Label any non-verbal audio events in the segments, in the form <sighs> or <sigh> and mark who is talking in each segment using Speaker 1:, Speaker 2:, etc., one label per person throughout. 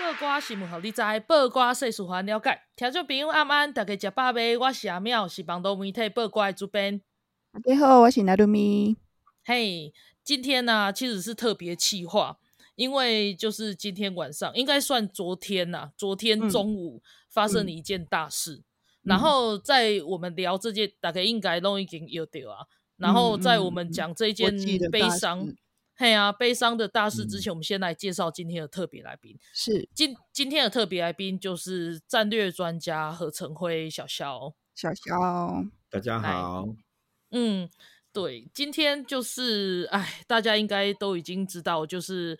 Speaker 1: 报歌新闻，互你知；报歌世事，还了解。听众朋友，晚安，大家食饱未？我是阿妙，是网络媒体报歌的主编。
Speaker 2: 大家好，我是纳鲁咪。
Speaker 1: 嘿、今天呢、其实是特别企划，因为就是今天晚上，应该算昨天呐、昨天
Speaker 2: 嗯
Speaker 1: 中午发生了一件大事。然
Speaker 2: 嗯
Speaker 1: 后在我们聊这件，大概应该都已经有掉啊。然后在我们
Speaker 2: 嗯嗯
Speaker 1: 讲这
Speaker 2: 国
Speaker 1: 件
Speaker 2: 际的
Speaker 1: 悲
Speaker 2: 大
Speaker 1: 伤
Speaker 2: 事，
Speaker 1: 嘿啊，悲伤的大事之前，我们先来介绍今天的特别来宾。
Speaker 2: 是
Speaker 1: 今今天的特别来宾就是战略专家何成辉小肖。
Speaker 2: 小肖，
Speaker 3: 大家
Speaker 1: 嗨
Speaker 3: 好，
Speaker 1: 嗯，对，今天就是，哎，大家应该都已经知道，就是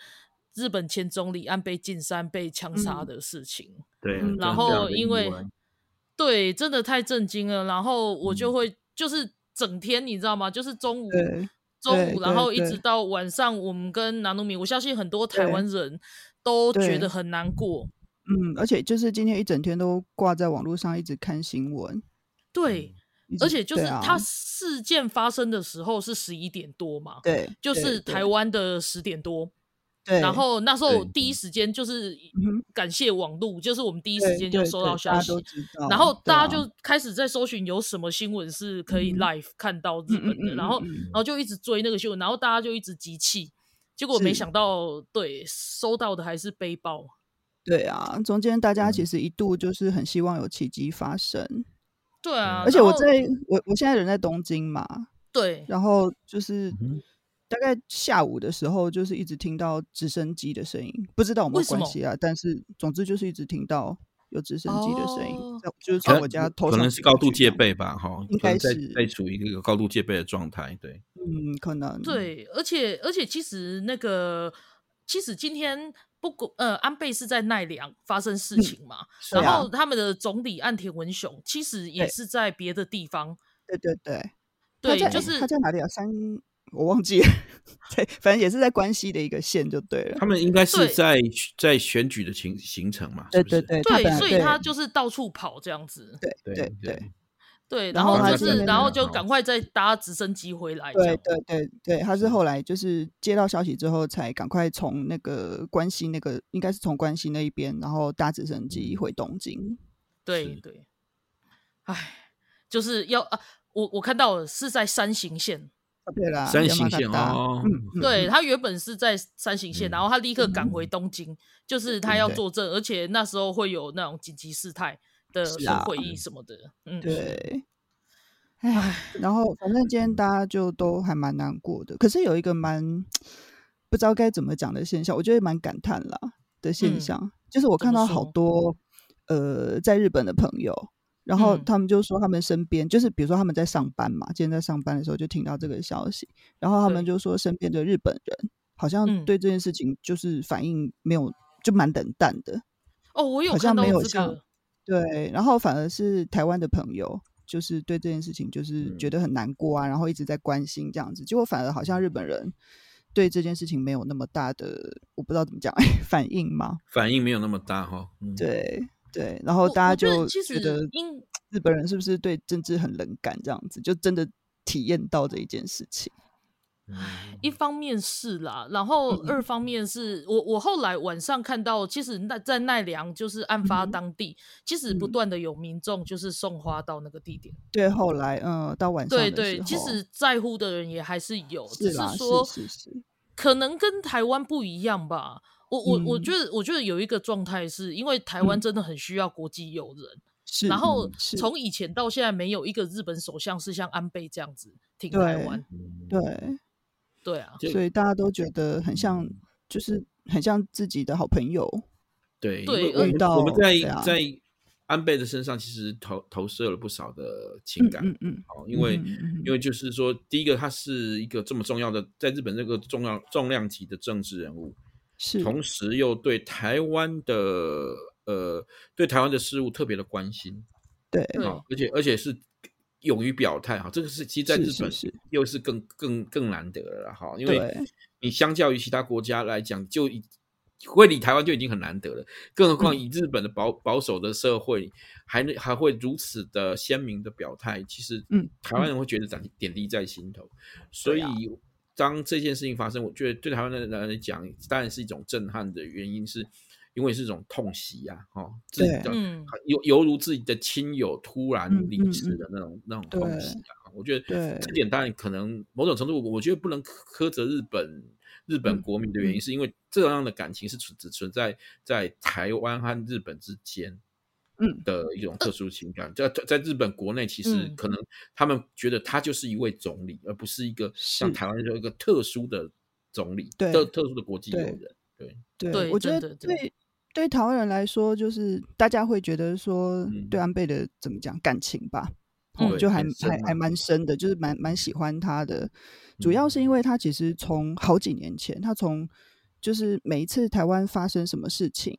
Speaker 1: 日本前总理安倍晋三被枪杀
Speaker 2: 嗯
Speaker 1: 的事情。
Speaker 3: 对，
Speaker 2: 嗯
Speaker 1: 然
Speaker 3: 很重大
Speaker 4: 啊
Speaker 1: 后
Speaker 3: 的意
Speaker 1: 因为
Speaker 3: 外
Speaker 1: 对，真的太震惊了。然后我就
Speaker 3: 嗯
Speaker 1: 会、就是整天，你知道吗？就是中午
Speaker 2: 对
Speaker 1: 中
Speaker 2: 对
Speaker 1: 午，然
Speaker 2: 对
Speaker 1: 后一
Speaker 2: 对
Speaker 1: 直到晚上，我们跟南努米，我相信很多台
Speaker 2: 对
Speaker 1: 湾人都觉
Speaker 2: 对
Speaker 1: 得很难过。
Speaker 2: 嗯，而且就是今天一整天都挂在网络上，一直看新闻，
Speaker 1: 对，
Speaker 2: 一直
Speaker 1: 而且就是
Speaker 2: 对啊
Speaker 1: 它事件发生的时候是十一点多嘛，
Speaker 2: 对，
Speaker 1: 就是
Speaker 2: 对
Speaker 1: 台，湾的十点多。
Speaker 2: 对，
Speaker 1: 然后那时候
Speaker 3: 对
Speaker 1: 第一时间就是
Speaker 2: 嗯哼
Speaker 1: 感谢网络，就是我们第
Speaker 2: 第
Speaker 1: 一时间就收到消息，然后大家就开始在搜寻有什么新闻是可以
Speaker 2: 啊嗯
Speaker 1: live 看到日本的，然后然后就一直追那个新闻，然后大家就一直集气，结果没
Speaker 2: 是
Speaker 1: 想到对收到的还是背包，
Speaker 2: 对啊，中间大家
Speaker 3: 嗯
Speaker 2: 其实一度就是很希望有奇迹发生，
Speaker 1: 对啊，
Speaker 2: 而且
Speaker 1: 然
Speaker 2: 我
Speaker 1: 后
Speaker 2: 在我我现在人在东京嘛，
Speaker 1: 对
Speaker 2: 然后就是
Speaker 3: 嗯哼
Speaker 2: 大概下午的时候，就是一直听到直升机的声音，不知道有没
Speaker 1: 为什
Speaker 2: 有关
Speaker 1: 么
Speaker 2: 系啊，但是总之就是一直听到有直升机的声音，
Speaker 1: 哦
Speaker 2: 在就是
Speaker 3: 可
Speaker 2: 从
Speaker 3: 能
Speaker 2: 我家头
Speaker 3: 呃可
Speaker 2: 上
Speaker 3: 能是高度
Speaker 2: 飞
Speaker 3: 戒
Speaker 2: 去这样，
Speaker 3: 备吧，哈，
Speaker 2: 应
Speaker 3: 可
Speaker 2: 该
Speaker 3: 能在
Speaker 2: 是
Speaker 3: 在处于一个高度戒备的状态，对，
Speaker 2: 嗯，可能，
Speaker 1: 对，而且而且其实那个其实今天。不管呃，安倍是在奈良发生事
Speaker 2: 嗯
Speaker 1: 情嘛，
Speaker 2: 是
Speaker 1: 然
Speaker 2: 啊
Speaker 1: 后他们的总理岸田文雄其实也
Speaker 2: 对
Speaker 1: 是在别的地方，
Speaker 2: 对对对，他
Speaker 1: 对，
Speaker 2: 在
Speaker 1: 就
Speaker 2: 诶
Speaker 1: 是
Speaker 2: 他在哪里啊？三我忘记了， <laughs> 对，反正也是在关西的一个县就对了
Speaker 3: 他，们应该
Speaker 1: 对
Speaker 3: 是在在选举的行行程嘛，
Speaker 2: 对
Speaker 3: 是不
Speaker 2: 对
Speaker 3: 是
Speaker 2: 对，他
Speaker 1: 对
Speaker 2: 本，来
Speaker 1: 所以他就是到处跑这样子，
Speaker 2: 对对对
Speaker 3: 对
Speaker 2: 对
Speaker 1: 对，然
Speaker 2: 然
Speaker 1: 后
Speaker 2: 后
Speaker 1: 就
Speaker 2: 他在
Speaker 1: 是
Speaker 2: 那哦
Speaker 1: 然后
Speaker 3: 边
Speaker 1: 就
Speaker 3: 跑
Speaker 1: 赶快再搭直升机回来，这
Speaker 2: 对
Speaker 1: 样嗯
Speaker 2: 对对对，他是后来就是接到消息之后，才赶快从那个关西那个应该是从关西那一边，然后搭直升
Speaker 1: 嗯
Speaker 2: 机回东京。
Speaker 1: 对
Speaker 3: 是
Speaker 1: 对，哎，就是要啊，我我看到了是在山形县，
Speaker 2: 啊对啦，
Speaker 3: 山
Speaker 2: 雅马
Speaker 3: 形
Speaker 2: 嘎
Speaker 3: 县
Speaker 2: 达
Speaker 3: 哦
Speaker 2: 嗯，嗯
Speaker 1: 对
Speaker 2: 嗯
Speaker 1: 他原本是在山形县，然后他立刻赶回东京，就是他要
Speaker 2: 对
Speaker 1: 作证，而且那时候会有那种紧急事态的
Speaker 2: 是
Speaker 1: 巡
Speaker 2: 啊
Speaker 1: 回议什么的，嗯，
Speaker 2: 对。唉，然后反正今天大家就都还蛮难过的，可是有一个蛮不知道该怎么讲的现象，我觉得蛮感叹啦的现
Speaker 1: 嗯
Speaker 2: 象，就是我
Speaker 1: 怎
Speaker 2: 看
Speaker 1: 么
Speaker 2: 到好
Speaker 1: 说
Speaker 2: 多呃在日本的朋友，然后
Speaker 1: 嗯
Speaker 2: 他们就说他们身边，就是比如说他们在上班嘛，今天在上班的时候就听到这个消息，然后他们
Speaker 1: 对
Speaker 2: 就说身边的日本人好
Speaker 1: 嗯
Speaker 2: 像对这件事情就是反应没有，就蛮冷淡的，
Speaker 1: 哦，我有
Speaker 2: 好
Speaker 1: 看
Speaker 2: 像
Speaker 1: 到
Speaker 2: 没有
Speaker 1: 这
Speaker 2: 像
Speaker 1: 个，
Speaker 2: 对，然后反而是台湾的朋友，就是对这件事情就是
Speaker 1: 嗯
Speaker 2: 觉得很难过啊，然后一直在关心这样子，结果反而好像日本人对这件事情没有那么大的，我不知道怎么讲 <laughs> 反应嘛。
Speaker 3: 反应没有那么大哈，嗯，
Speaker 2: 对对，然
Speaker 1: 我
Speaker 2: 后
Speaker 1: 哦我
Speaker 2: 大家
Speaker 1: 觉得
Speaker 2: 就
Speaker 1: 其
Speaker 2: 觉
Speaker 1: 实
Speaker 2: 得嗯
Speaker 1: 应
Speaker 2: 日本人是不是对政治很冷感这样子，就真的体验到这一件事情。
Speaker 1: 一方面是啦，然
Speaker 2: 嗯
Speaker 1: 后二方面是、我我后来晚上看到，其实那在奈良就是案发
Speaker 2: 嗯哼
Speaker 1: 当地，其实不
Speaker 2: 嗯
Speaker 1: 断的有民众就是送花到那个地点。
Speaker 2: 对，后来嗯，到晚上
Speaker 1: 对
Speaker 2: 的
Speaker 1: 对，
Speaker 2: 时
Speaker 1: 其
Speaker 2: 候
Speaker 1: 实在乎的人也还是有，只
Speaker 2: 是啦是
Speaker 1: 说
Speaker 2: 是是
Speaker 1: 可能跟台湾不一样吧。我我、我
Speaker 2: 嗯
Speaker 1: 觉得我觉得有一个状态是因为台湾
Speaker 2: 嗯
Speaker 1: 真的很需要国际友人，
Speaker 2: 是，
Speaker 1: 然后
Speaker 2: 嗯是
Speaker 1: 从以前到现在没有一个日本首相是像安倍这样子挺台
Speaker 2: 对
Speaker 1: 湾。
Speaker 2: 对。
Speaker 1: 对
Speaker 2: <laughs>
Speaker 1: 啊，
Speaker 3: 这
Speaker 2: 所以大家都觉得很像，就是很像自己的好朋友。
Speaker 3: 对，因
Speaker 1: 对
Speaker 3: 为
Speaker 1: 而
Speaker 3: 我们
Speaker 2: 到
Speaker 3: 我们在
Speaker 2: 对啊
Speaker 3: 在安倍的身上其实投投射了不少的情感。
Speaker 2: 嗯嗯，
Speaker 3: 哦，因为、
Speaker 2: 嗯嗯嗯
Speaker 3: 因为就是说，第一个他是一个这么重要的，在日本这个重要重量级的政治人物，
Speaker 2: 是，
Speaker 3: 同时又对台湾的呃对台湾的事物特别的关心，
Speaker 2: 对，
Speaker 1: 对
Speaker 3: 哦，而且而且是勇于表态哈、这个是其实在
Speaker 2: 是
Speaker 3: 日
Speaker 2: 是
Speaker 3: 本
Speaker 2: 是
Speaker 3: 又是更更更难得了啦哈、因为
Speaker 2: 对，
Speaker 3: 你相较于其他国家来讲，就已会理台湾就已经很难得了，更何
Speaker 2: 嗯
Speaker 3: 况以日本的保、保守的社会，还能还会如此的鲜明的表态，其实
Speaker 2: 嗯啊
Speaker 3: 台湾人会觉得点点滴在心头，所以。当这件事情发生，我觉得对台湾人来讲，当然是一种震撼的原因，是因为是一种痛惜呀、啊，哦，自己
Speaker 2: 对
Speaker 3: 的
Speaker 1: 嗯
Speaker 3: 犹犹如自己的亲友突然
Speaker 2: 嗯
Speaker 3: 离
Speaker 2: 嗯
Speaker 3: 世
Speaker 2: 嗯
Speaker 3: 的那种、那种
Speaker 2: 对
Speaker 3: 东西啊。我觉得
Speaker 2: 对
Speaker 3: 这点当然可能某种程度，我觉得不能苛责日本日本
Speaker 2: 嗯
Speaker 3: 国民的原因，
Speaker 2: 嗯
Speaker 3: 是因为这样的感情是存只存在在台湾和日本之间。
Speaker 2: 嗯
Speaker 3: 的一种特殊情感，在在在日本国内，其实
Speaker 1: 嗯
Speaker 3: 可能他们觉得他就是一位总理，而不是一个像
Speaker 2: 是
Speaker 3: 台湾有一个特殊的总理，
Speaker 2: 对
Speaker 3: 特特殊的国际友
Speaker 2: 对
Speaker 3: 人。对，
Speaker 2: 对，
Speaker 1: 对
Speaker 2: 我觉
Speaker 1: 真
Speaker 2: 得
Speaker 1: 的真的
Speaker 2: 对对台湾人来说，就是大家会觉得说
Speaker 3: 嗯
Speaker 2: 对安倍的怎么讲感情吧，
Speaker 1: 嗯
Speaker 2: 哦，就还
Speaker 3: 很深啊
Speaker 2: 还
Speaker 3: 嘛
Speaker 2: 还蛮深的，就是蛮蛮喜欢他的。主要
Speaker 1: 嗯
Speaker 2: 是因为他其实从好几年前，他从就是每一次台湾发生什么事情，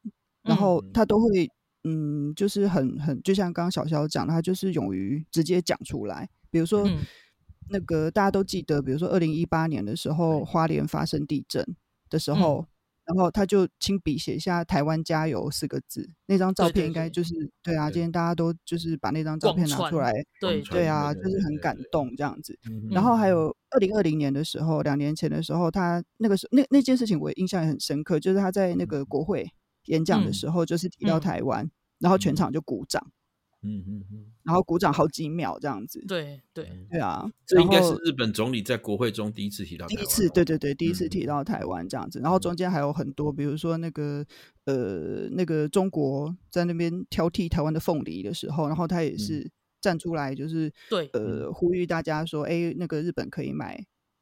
Speaker 1: 嗯
Speaker 2: 然后他都会嗯，就是很很，就像刚刚小肖讲，他就是勇于直接讲出来，比如说。
Speaker 1: 嗯
Speaker 2: 那个大家都记得，比如说二零一八年的时候，花莲发生地震的
Speaker 1: 嗯
Speaker 2: 时候，然后他就亲笔写下“台湾加油”四个字。那张照
Speaker 1: 对对
Speaker 2: 片应该
Speaker 1: 对
Speaker 2: 就是对啊，
Speaker 3: 对
Speaker 2: 今天大家都就是把那张照
Speaker 1: 广
Speaker 2: 片拿
Speaker 1: 传
Speaker 2: 出来，
Speaker 1: 对
Speaker 3: 传
Speaker 2: 对啊，
Speaker 3: 对
Speaker 2: 就是
Speaker 3: 对
Speaker 2: 很
Speaker 3: 对
Speaker 2: 感
Speaker 3: 对
Speaker 2: 动这样子。
Speaker 3: 嗯
Speaker 2: 然后还
Speaker 3: 嗯
Speaker 2: 有二零二零年的时候，两年前的时候，他那个时候那那件事情我印象也很深刻，就是他在那
Speaker 3: 嗯
Speaker 2: 个国会演讲的
Speaker 1: 嗯
Speaker 2: 时候，就是提到
Speaker 1: 嗯
Speaker 2: 台湾，然后全
Speaker 3: 嗯
Speaker 2: 场就鼓掌，
Speaker 3: 嗯嗯嗯，
Speaker 2: 然后鼓掌好几秒这样子。
Speaker 1: 对对，
Speaker 2: 对啊，
Speaker 3: 这应该
Speaker 2: 然
Speaker 3: 是
Speaker 2: 后
Speaker 3: 日本总理在国会中第一次提到
Speaker 2: 第
Speaker 3: 台
Speaker 2: 一
Speaker 3: 湾
Speaker 2: 次，
Speaker 3: 吧
Speaker 2: 对对对，第一次
Speaker 3: 嗯
Speaker 2: 提到台湾这样子，然后中间还有很多，比如说那个呃，那个中国在那边挑剔台湾的凤梨的时候，然后他
Speaker 3: 嗯
Speaker 2: 也是站出来，就是
Speaker 1: 对
Speaker 2: 呃，呼吁大家说，哎，那个日本可以买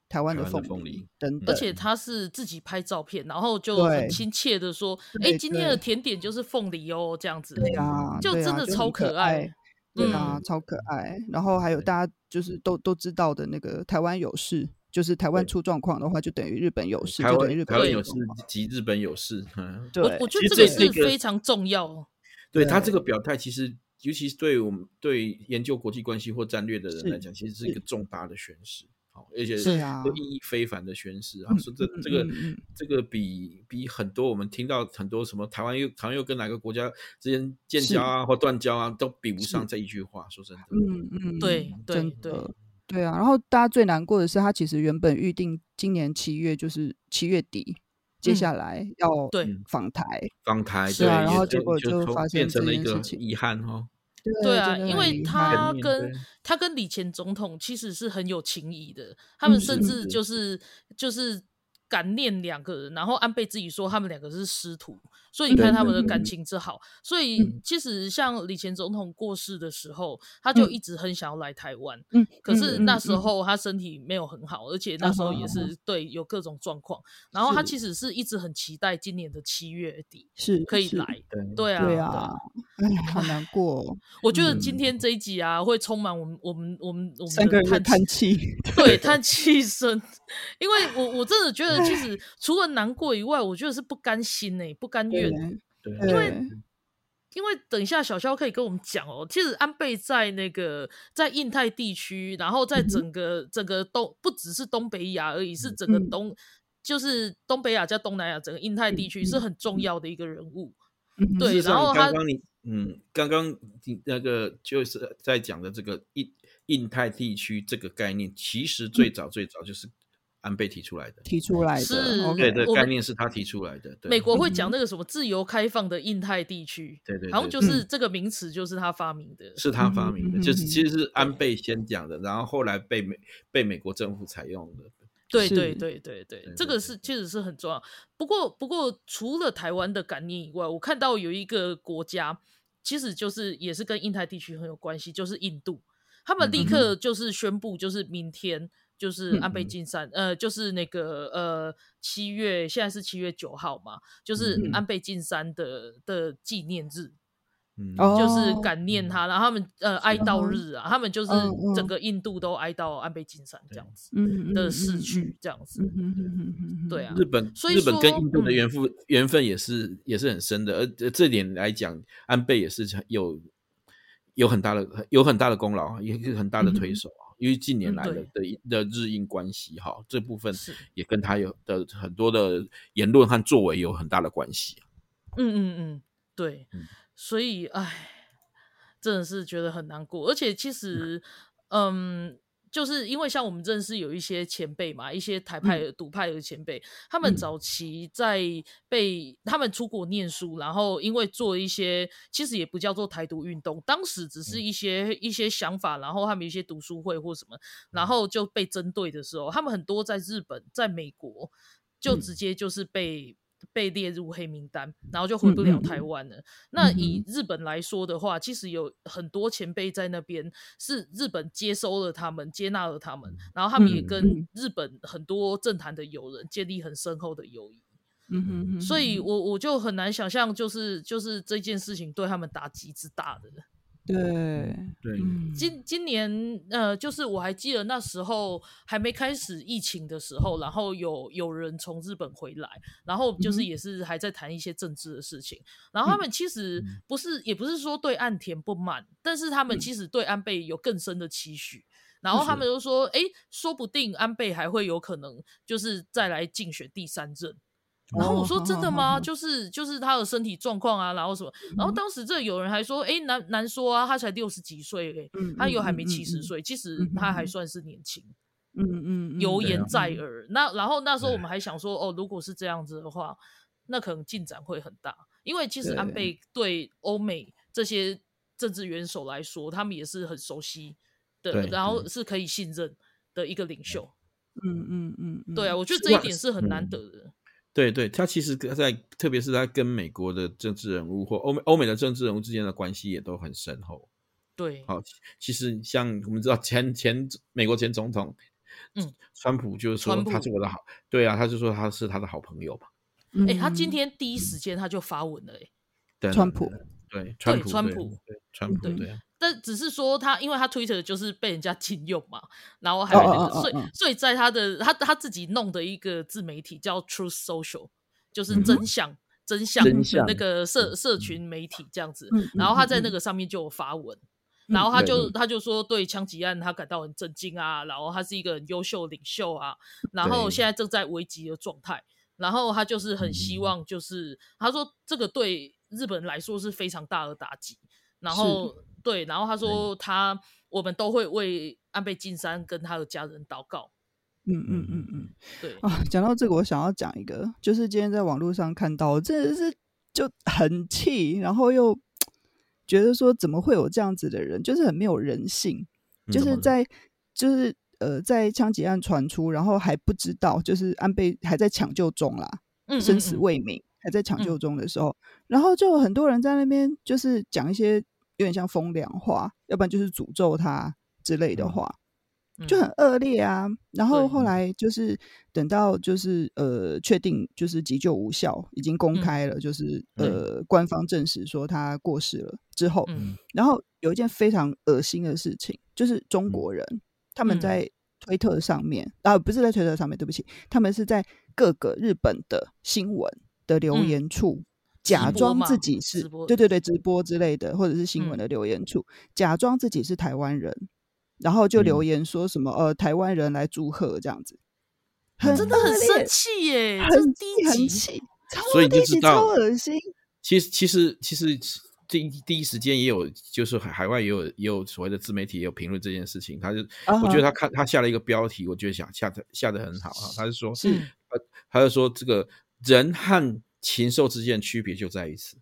Speaker 2: 台湾
Speaker 3: 台
Speaker 2: 的
Speaker 3: 湾的
Speaker 2: 凤
Speaker 3: 凤梨嗯
Speaker 2: 梨等
Speaker 1: 而
Speaker 2: 等，
Speaker 1: 且他是自己拍照片，然后就很
Speaker 2: 对
Speaker 1: 亲切的说：“哎、
Speaker 2: 对
Speaker 1: 今天的
Speaker 2: 对
Speaker 1: 甜点就是凤梨哦，这样子。”
Speaker 2: 对
Speaker 3: 嗯
Speaker 2: 啊，
Speaker 1: 就
Speaker 2: 对
Speaker 1: 真
Speaker 2: 啊
Speaker 1: 的
Speaker 2: 很
Speaker 1: 超
Speaker 2: 可
Speaker 1: 可爱。
Speaker 2: 对
Speaker 1: 嗯
Speaker 2: 啊，超可爱。然后还有
Speaker 3: 对
Speaker 2: 大家就是都都知道的那个台湾有事，就是台湾
Speaker 3: 对
Speaker 2: 出状况的话，就等于日本有事，
Speaker 3: 嗯台
Speaker 2: 就等于
Speaker 3: 湾
Speaker 2: 日
Speaker 3: 台
Speaker 2: 本
Speaker 3: 湾
Speaker 1: 有
Speaker 3: 有
Speaker 2: 事
Speaker 3: 事。及日本有事，嗯，
Speaker 2: 对，
Speaker 1: 我我觉
Speaker 3: 其
Speaker 1: 得这个
Speaker 3: 实这这
Speaker 1: 是
Speaker 3: 个
Speaker 1: 非常重要。
Speaker 3: 对他这
Speaker 2: 对
Speaker 3: 个表态，其实尤其是对我们对研究国际关系或战略的人
Speaker 2: 是
Speaker 3: 来讲，其实是一
Speaker 2: 是
Speaker 3: 个重大的宣示，好，而且
Speaker 2: 是啊
Speaker 3: 有意义非凡的宣示啊。
Speaker 2: 嗯
Speaker 3: 说这
Speaker 2: 嗯
Speaker 3: 这个
Speaker 2: 嗯嗯
Speaker 3: 这个比比很多我们听到很多什么台湾又台湾又跟哪个国家之间建
Speaker 2: 是
Speaker 3: 交啊或断交啊，都比不上
Speaker 2: 是
Speaker 3: 这一句话。说真的，
Speaker 2: 嗯嗯，
Speaker 1: 对对
Speaker 2: 真
Speaker 1: 对
Speaker 2: 的对啊。然后大家最难过的是，他其实原本预定今年七月就是七月底，接
Speaker 1: 嗯
Speaker 2: 下来要
Speaker 1: 对
Speaker 3: 嗯
Speaker 2: 访台，
Speaker 3: 访台
Speaker 1: 是啊
Speaker 3: 对
Speaker 1: 然
Speaker 3: 也
Speaker 1: 后
Speaker 2: 结果
Speaker 3: 就
Speaker 2: 就
Speaker 3: 从
Speaker 2: 发
Speaker 3: 变
Speaker 2: 生
Speaker 3: 成
Speaker 2: 这
Speaker 3: 了一
Speaker 2: 件事
Speaker 3: 个
Speaker 2: 情
Speaker 3: 遗憾哦。
Speaker 1: 对
Speaker 2: 对
Speaker 1: 啊，
Speaker 2: 真的
Speaker 1: 因
Speaker 2: 很
Speaker 1: 为
Speaker 2: 遗憾
Speaker 1: 他
Speaker 3: 面
Speaker 1: 跟
Speaker 3: 对
Speaker 1: 他跟李前总统其实是很有情谊的，他们
Speaker 2: 嗯
Speaker 1: 甚
Speaker 2: 是
Speaker 1: 至
Speaker 3: 是
Speaker 1: 就是就是感念两个人，然后安倍自己说他们两个是师徒，所以你
Speaker 3: 对
Speaker 1: 看他
Speaker 3: 对
Speaker 1: 们的
Speaker 3: 对
Speaker 1: 感情之好。所以
Speaker 2: 嗯
Speaker 1: 其实像李前总统过世的时候，他就
Speaker 2: 嗯
Speaker 1: 一直很想要来台湾，
Speaker 2: 嗯，
Speaker 1: 可是
Speaker 2: 嗯
Speaker 1: 那
Speaker 2: 嗯
Speaker 1: 时
Speaker 2: 嗯啊
Speaker 1: 候他身体没有很好，而且那时候也是对有各种状况，然后他
Speaker 2: 是
Speaker 1: 其实是一直很期待今年的七月底
Speaker 2: 是
Speaker 1: 可以
Speaker 2: 是
Speaker 1: 来。
Speaker 3: 对
Speaker 1: 对啊，
Speaker 2: 对啊，哎，好难过哦，
Speaker 1: 我觉得
Speaker 3: 嗯
Speaker 1: 今天这一集啊，会充满我们我们我们我们
Speaker 2: 三个人
Speaker 1: 的
Speaker 2: 的
Speaker 1: 叹
Speaker 2: 叹
Speaker 1: 气
Speaker 2: 气，
Speaker 1: 对叹气声，因为我我真的觉得，其
Speaker 2: <laughs>
Speaker 1: 实除了难过以外，我觉得是不甘心哎、不甘愿。
Speaker 3: 对，啊
Speaker 2: 对，
Speaker 1: 因为等一下小肖可以跟我们讲哦，其实安倍在那个在印太地区，然后在
Speaker 2: 嗯
Speaker 1: 整个、整个东不只是东北亚而已，是整个
Speaker 2: 嗯
Speaker 1: 东、就是东北亚加东南亚整个印太地区
Speaker 2: 嗯
Speaker 1: 是很重要的一个人物。
Speaker 2: 嗯
Speaker 1: 对
Speaker 3: 事实上
Speaker 1: 然后他
Speaker 3: 刚刚你嗯，刚刚你那个就是在讲的这个印印太地区这个概念，其实最早最早就是安倍提出来的，
Speaker 2: 提出来的
Speaker 1: 是
Speaker 3: 对
Speaker 2: OK
Speaker 3: 的
Speaker 1: 我们
Speaker 3: 概念是他提出来的。对
Speaker 1: 美
Speaker 2: 嗯
Speaker 1: 国会讲那个什么自由开放的印太地区，
Speaker 3: 对对对
Speaker 1: 好像就是
Speaker 2: 嗯
Speaker 1: 这个名词就是他发明的。
Speaker 3: 是他发明的，
Speaker 2: 嗯
Speaker 3: 就是
Speaker 2: 嗯
Speaker 3: 其实是安倍先讲的，然后后来被美被美国政府采用的。
Speaker 1: 对
Speaker 2: 是
Speaker 1: 对对对对
Speaker 3: 对，
Speaker 1: 这
Speaker 3: 对
Speaker 1: 个是确实是很重要。不过不过，除了台湾的感念以外，我看到有一个国家，其实就是也是跟印太地区很有关系，就是印度。他们立
Speaker 3: 嗯
Speaker 1: 刻就是宣布，就是明天就是
Speaker 2: 嗯
Speaker 1: 安倍晋三，呃，就是那个呃七月，现在是七月九号嘛，就是
Speaker 3: 嗯
Speaker 1: 安倍晋三的的纪念日。
Speaker 3: 嗯，
Speaker 2: 哦
Speaker 1: 就是感念他，然后他们呃哀悼日啊，他们就是
Speaker 2: 嗯嗯
Speaker 1: 整个印度都哀悼安倍晋三这样子
Speaker 2: 嗯嗯
Speaker 1: 的
Speaker 2: 嗯
Speaker 1: 逝
Speaker 2: 嗯
Speaker 1: 去，这样子
Speaker 2: 嗯，嗯嗯嗯嗯嗯
Speaker 1: 对啊
Speaker 3: 日本
Speaker 1: 所以
Speaker 3: 日本跟
Speaker 1: 说
Speaker 3: 印度的
Speaker 1: 嗯
Speaker 3: 缘分、缘分也是也是很深的，而这这点来讲，安倍也是有有很大的有很大的功劳，也是很大的推手啊。因为近年
Speaker 1: 嗯
Speaker 3: 来的的的日印关系哈，这部分
Speaker 1: 是
Speaker 3: 也跟他有的很多的言论和作为有很大的关系。啊
Speaker 1: 嗯嗯嗯，对
Speaker 3: 嗯，
Speaker 1: 所以唉，真的是觉得很难过。而且其实，嗯，就是因为像我们认识有一些前辈嘛，一些台派
Speaker 2: 嗯
Speaker 1: 的、独派的前辈，他们早期在被他们出国念书，然后因为做一些其实也不叫做台独运动，当时只
Speaker 2: 嗯
Speaker 1: 是一些一些想法，然后他们有一些读书会或什么，
Speaker 2: 嗯
Speaker 1: 然后就被针对的时候，他们很多在日本、在美国就
Speaker 3: 嗯
Speaker 1: 直接就是被。被列入黑名单，然后就回不
Speaker 2: 嗯
Speaker 1: 了
Speaker 2: 嗯
Speaker 1: 台湾了。那以日本来说的话，其实有很多前辈在那边，是日本接收了他们，接纳了他们，然后他们也
Speaker 2: 嗯
Speaker 1: 跟日本很多政坛的友人建立很深厚的友谊。
Speaker 2: 嗯哼哼
Speaker 1: 所以我我就很难想象，就是就是这件事情对他们打击之大的。
Speaker 2: 对，
Speaker 3: 对
Speaker 2: 嗯
Speaker 1: 今今年呃，就是我还记得那时候还没开始疫情的时候，然后有有人从日本回来，然后就
Speaker 2: 嗯
Speaker 1: 是
Speaker 2: 哼嗯
Speaker 1: 也是还在谈一些政治的事情，然后他们其实不是也不是说对岸田不满，但是
Speaker 2: 嗯
Speaker 1: 他们其实对安倍有更深的期许。然后他们就说：“诶，说不定安倍还会有可能就是再来竞选第三任。”然后我说
Speaker 2: 哦
Speaker 1: 真的
Speaker 2: 好好嗯
Speaker 1: 吗？
Speaker 2: 好
Speaker 1: 就是就是他的身体状况啊，然后什么？然后当时这有人还说，哎，难难说啊，他才六十几岁、欸，
Speaker 2: 嗯
Speaker 1: 他又还
Speaker 2: 嗯
Speaker 1: 没
Speaker 2: 嗯
Speaker 1: 七十
Speaker 2: 嗯
Speaker 1: 岁，其实
Speaker 2: 嗯
Speaker 1: 他还
Speaker 2: 嗯
Speaker 1: 算是年轻，
Speaker 2: 嗯嗯嗯
Speaker 1: 油
Speaker 3: 对
Speaker 1: 盐
Speaker 3: 啊
Speaker 1: 在耳。那然后那时候我
Speaker 3: 对
Speaker 1: 们还想说，哦，如果是这样子的话，那可能进展会很大，因为其实安
Speaker 2: 对
Speaker 1: 倍对欧美这些政治元首来说，他们也是很熟悉的，
Speaker 3: 对
Speaker 1: 然后是可以信任的一个领袖。
Speaker 2: 嗯嗯嗯嗯，
Speaker 1: 对啊，我觉得这
Speaker 3: 是
Speaker 1: 一
Speaker 3: 啊
Speaker 1: 点是很难
Speaker 3: 嗯
Speaker 1: 得的。
Speaker 3: 对对，他其实跟在特别是他跟美国的政治人物或欧美欧美的政治人物之间的关系也都很深厚。啊
Speaker 1: 对，
Speaker 3: 好，其实像我们知道前前美国前总统，
Speaker 1: 嗯，
Speaker 3: 川普就是说
Speaker 1: 川普
Speaker 3: 他是我的好，对啊，他就说他是他的好朋友嘛。
Speaker 2: 嗯，
Speaker 1: 哎、他今
Speaker 2: 嗯
Speaker 1: 天第一时间他就发文了、欸，
Speaker 3: 对啊
Speaker 2: 川普，
Speaker 3: 对川
Speaker 1: 对
Speaker 3: 普，
Speaker 1: 川
Speaker 3: 对
Speaker 1: 普，嗯
Speaker 3: 对川普，
Speaker 1: 对
Speaker 3: 对啊，
Speaker 1: 但只是说他，因为他 Twitter 就是被人家禁用嘛，然后还
Speaker 2: 哦
Speaker 1: 有那
Speaker 2: 哦
Speaker 1: 个，
Speaker 2: 哦
Speaker 1: 所以
Speaker 2: 哦
Speaker 1: 所以在他的他他自己弄的一个自媒体叫 Truth Social，就是
Speaker 3: 嗯哼
Speaker 1: 真相、真相
Speaker 3: 真相
Speaker 1: 那个社社群媒体这样子
Speaker 2: 嗯嗯，
Speaker 1: 然后他在那
Speaker 2: 嗯
Speaker 1: 个上面就有发文。然后他
Speaker 3: 对
Speaker 1: 就
Speaker 3: 对
Speaker 1: 他就说对枪击案他感到很震惊啊，然后他是一个很优秀的领袖啊，然后
Speaker 3: 对
Speaker 1: 现在正在危急的状态，然后他就是很
Speaker 2: 嗯
Speaker 1: 希望，就是、他说这个对日本来说是非常大的打击，然后对，然后他说他我们都会为安倍晋三跟他的家人祷告，
Speaker 2: 嗯嗯嗯嗯。
Speaker 1: 对，
Speaker 2: 啊，讲到这个，我想要讲一个，就是今天在网络上看到，真的是就很气，然后又觉得说怎么会有这样子的人，就是很没有人性，就
Speaker 3: 嗯
Speaker 2: 是在就是呃在枪击案传出，然后还不知道，就是安倍还在抢救中啦，
Speaker 1: 嗯
Speaker 2: 生死
Speaker 1: 嗯嗯
Speaker 2: 未明，还在抢
Speaker 1: 嗯
Speaker 2: 救中的时候，然后就有很多人在那边就是讲一些有点像风凉话，要不然就是诅咒他之类的
Speaker 3: 嗯
Speaker 2: 话。
Speaker 1: 嗯
Speaker 2: 就很恶劣啊。然后
Speaker 1: 对嗯
Speaker 2: 后来就是等到就是呃确定就是急救无效，已经公
Speaker 1: 嗯
Speaker 2: 开了，就是
Speaker 3: 对
Speaker 2: 呃官方证实说他过世了之后，
Speaker 1: 嗯
Speaker 2: 然后有一件非常恶心的事情，就是中
Speaker 3: 嗯
Speaker 2: 国人他们
Speaker 1: 嗯
Speaker 2: 在推特上面啊，不是在推特上面，对不起，他们是在各个日本的新闻的留
Speaker 1: 嗯
Speaker 2: 言处。
Speaker 1: 直
Speaker 2: 假
Speaker 1: 播
Speaker 2: 装
Speaker 1: 嘛
Speaker 2: 自己是
Speaker 1: 直播
Speaker 2: 对对对，直播之类的，或者是新
Speaker 1: 嗯
Speaker 2: 闻的留言处，假装自己是台湾人，然后就留
Speaker 3: 嗯
Speaker 2: 言说什么、呃台湾人来祝贺这样子，很
Speaker 1: 真的很
Speaker 2: 恶劣
Speaker 1: 生，气耶、这是
Speaker 2: 很
Speaker 1: 第
Speaker 2: 气
Speaker 1: 一
Speaker 2: 很
Speaker 1: 集
Speaker 2: 气，超
Speaker 3: 所以你就
Speaker 2: 低级
Speaker 3: 知道
Speaker 2: 超恶心，
Speaker 3: 其实其实其实第第一时间也有，就是海海外也有也有所谓的自媒体也有评论这件事情，他就、
Speaker 2: 啊
Speaker 3: 我
Speaker 2: 哈
Speaker 3: 觉得他看他下了一个标题，我觉得想下的下的很好啊，他就说
Speaker 2: 是
Speaker 3: 他他就说这个人和禽兽之间的区别就在于此，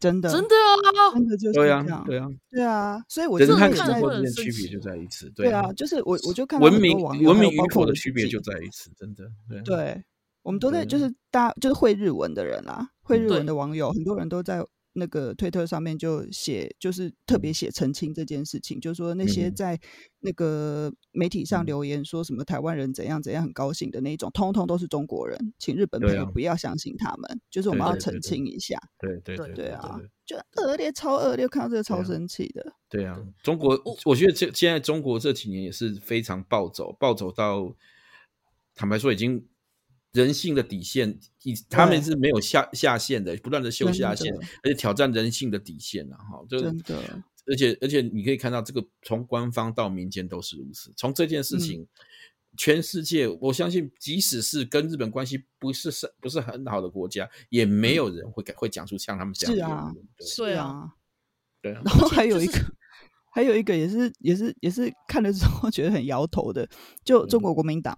Speaker 2: 真的
Speaker 1: 真的啊，
Speaker 2: 真的就是
Speaker 3: 对
Speaker 2: 这
Speaker 3: 啊
Speaker 2: 样，
Speaker 3: 对啊，
Speaker 2: 对啊，所以我
Speaker 3: 人
Speaker 2: 真
Speaker 1: 是
Speaker 2: 的也
Speaker 3: 和禽
Speaker 1: 看了
Speaker 2: 在
Speaker 3: 兽
Speaker 1: 会
Speaker 3: 之
Speaker 1: 很
Speaker 3: 间的
Speaker 1: 生
Speaker 3: 区别
Speaker 1: 气
Speaker 3: 就在于此，
Speaker 2: 对
Speaker 3: 啊
Speaker 2: 啊，，就是我我就看到
Speaker 3: 文
Speaker 2: 很多
Speaker 3: 明
Speaker 2: 网友
Speaker 3: 文
Speaker 2: 还有
Speaker 3: 明
Speaker 2: 包
Speaker 3: 与
Speaker 2: 括
Speaker 3: 否
Speaker 2: 我
Speaker 3: 的
Speaker 2: 们
Speaker 3: 区
Speaker 2: 自
Speaker 3: 别
Speaker 2: 己
Speaker 3: 就在于此，真的对啊
Speaker 2: 对，我们都在就
Speaker 3: 对嗯
Speaker 2: 是大就是会日文的人啦，会日
Speaker 1: 对
Speaker 2: 文的网友，很多人都在那个推特上面就写，就是特别写澄清这件事情，就是说那些
Speaker 3: 嗯
Speaker 2: 在那个媒体上留言说什么台湾人怎样怎样很高兴的那一种，通通都是中国人，请日本
Speaker 3: 对
Speaker 2: 朋友
Speaker 3: 啊
Speaker 2: 不要相信他们，就是我
Speaker 3: 对
Speaker 2: 们要
Speaker 3: 对对
Speaker 2: 澄
Speaker 3: 对
Speaker 2: 清一下。
Speaker 3: 对对
Speaker 1: 对
Speaker 2: 对啊，就恶劣，超恶劣，看到这个超
Speaker 3: 对啊
Speaker 2: 生气的。
Speaker 3: 对啊，中国，我觉得这现在中国这几年也是非常暴走，暴走到坦白说，已经人性的底线，以他们是没有下下限的，不断的修
Speaker 2: 真
Speaker 3: 下
Speaker 2: 的
Speaker 3: 限，而且挑战人性的底线啊！哈，这
Speaker 2: 真的，
Speaker 3: 而且而且你可以看到，这个从官方到民间都是如此。从这
Speaker 2: 嗯
Speaker 3: 件事情，全世界我相信，即使是跟日本关系不是是不是很好的国家，也没有人会敢会讲出像他们
Speaker 2: 嗯
Speaker 3: 这样
Speaker 2: 是
Speaker 3: 的
Speaker 2: 啊
Speaker 3: 言论对
Speaker 1: 对啊
Speaker 2: 啊。
Speaker 3: 对啊，
Speaker 2: 然后
Speaker 1: 且
Speaker 2: 还
Speaker 1: 就
Speaker 2: 有一
Speaker 1: 是
Speaker 2: 个，还有一个也是也是也是看了之后 <laughs> 觉得很摇头的，就中国国民党，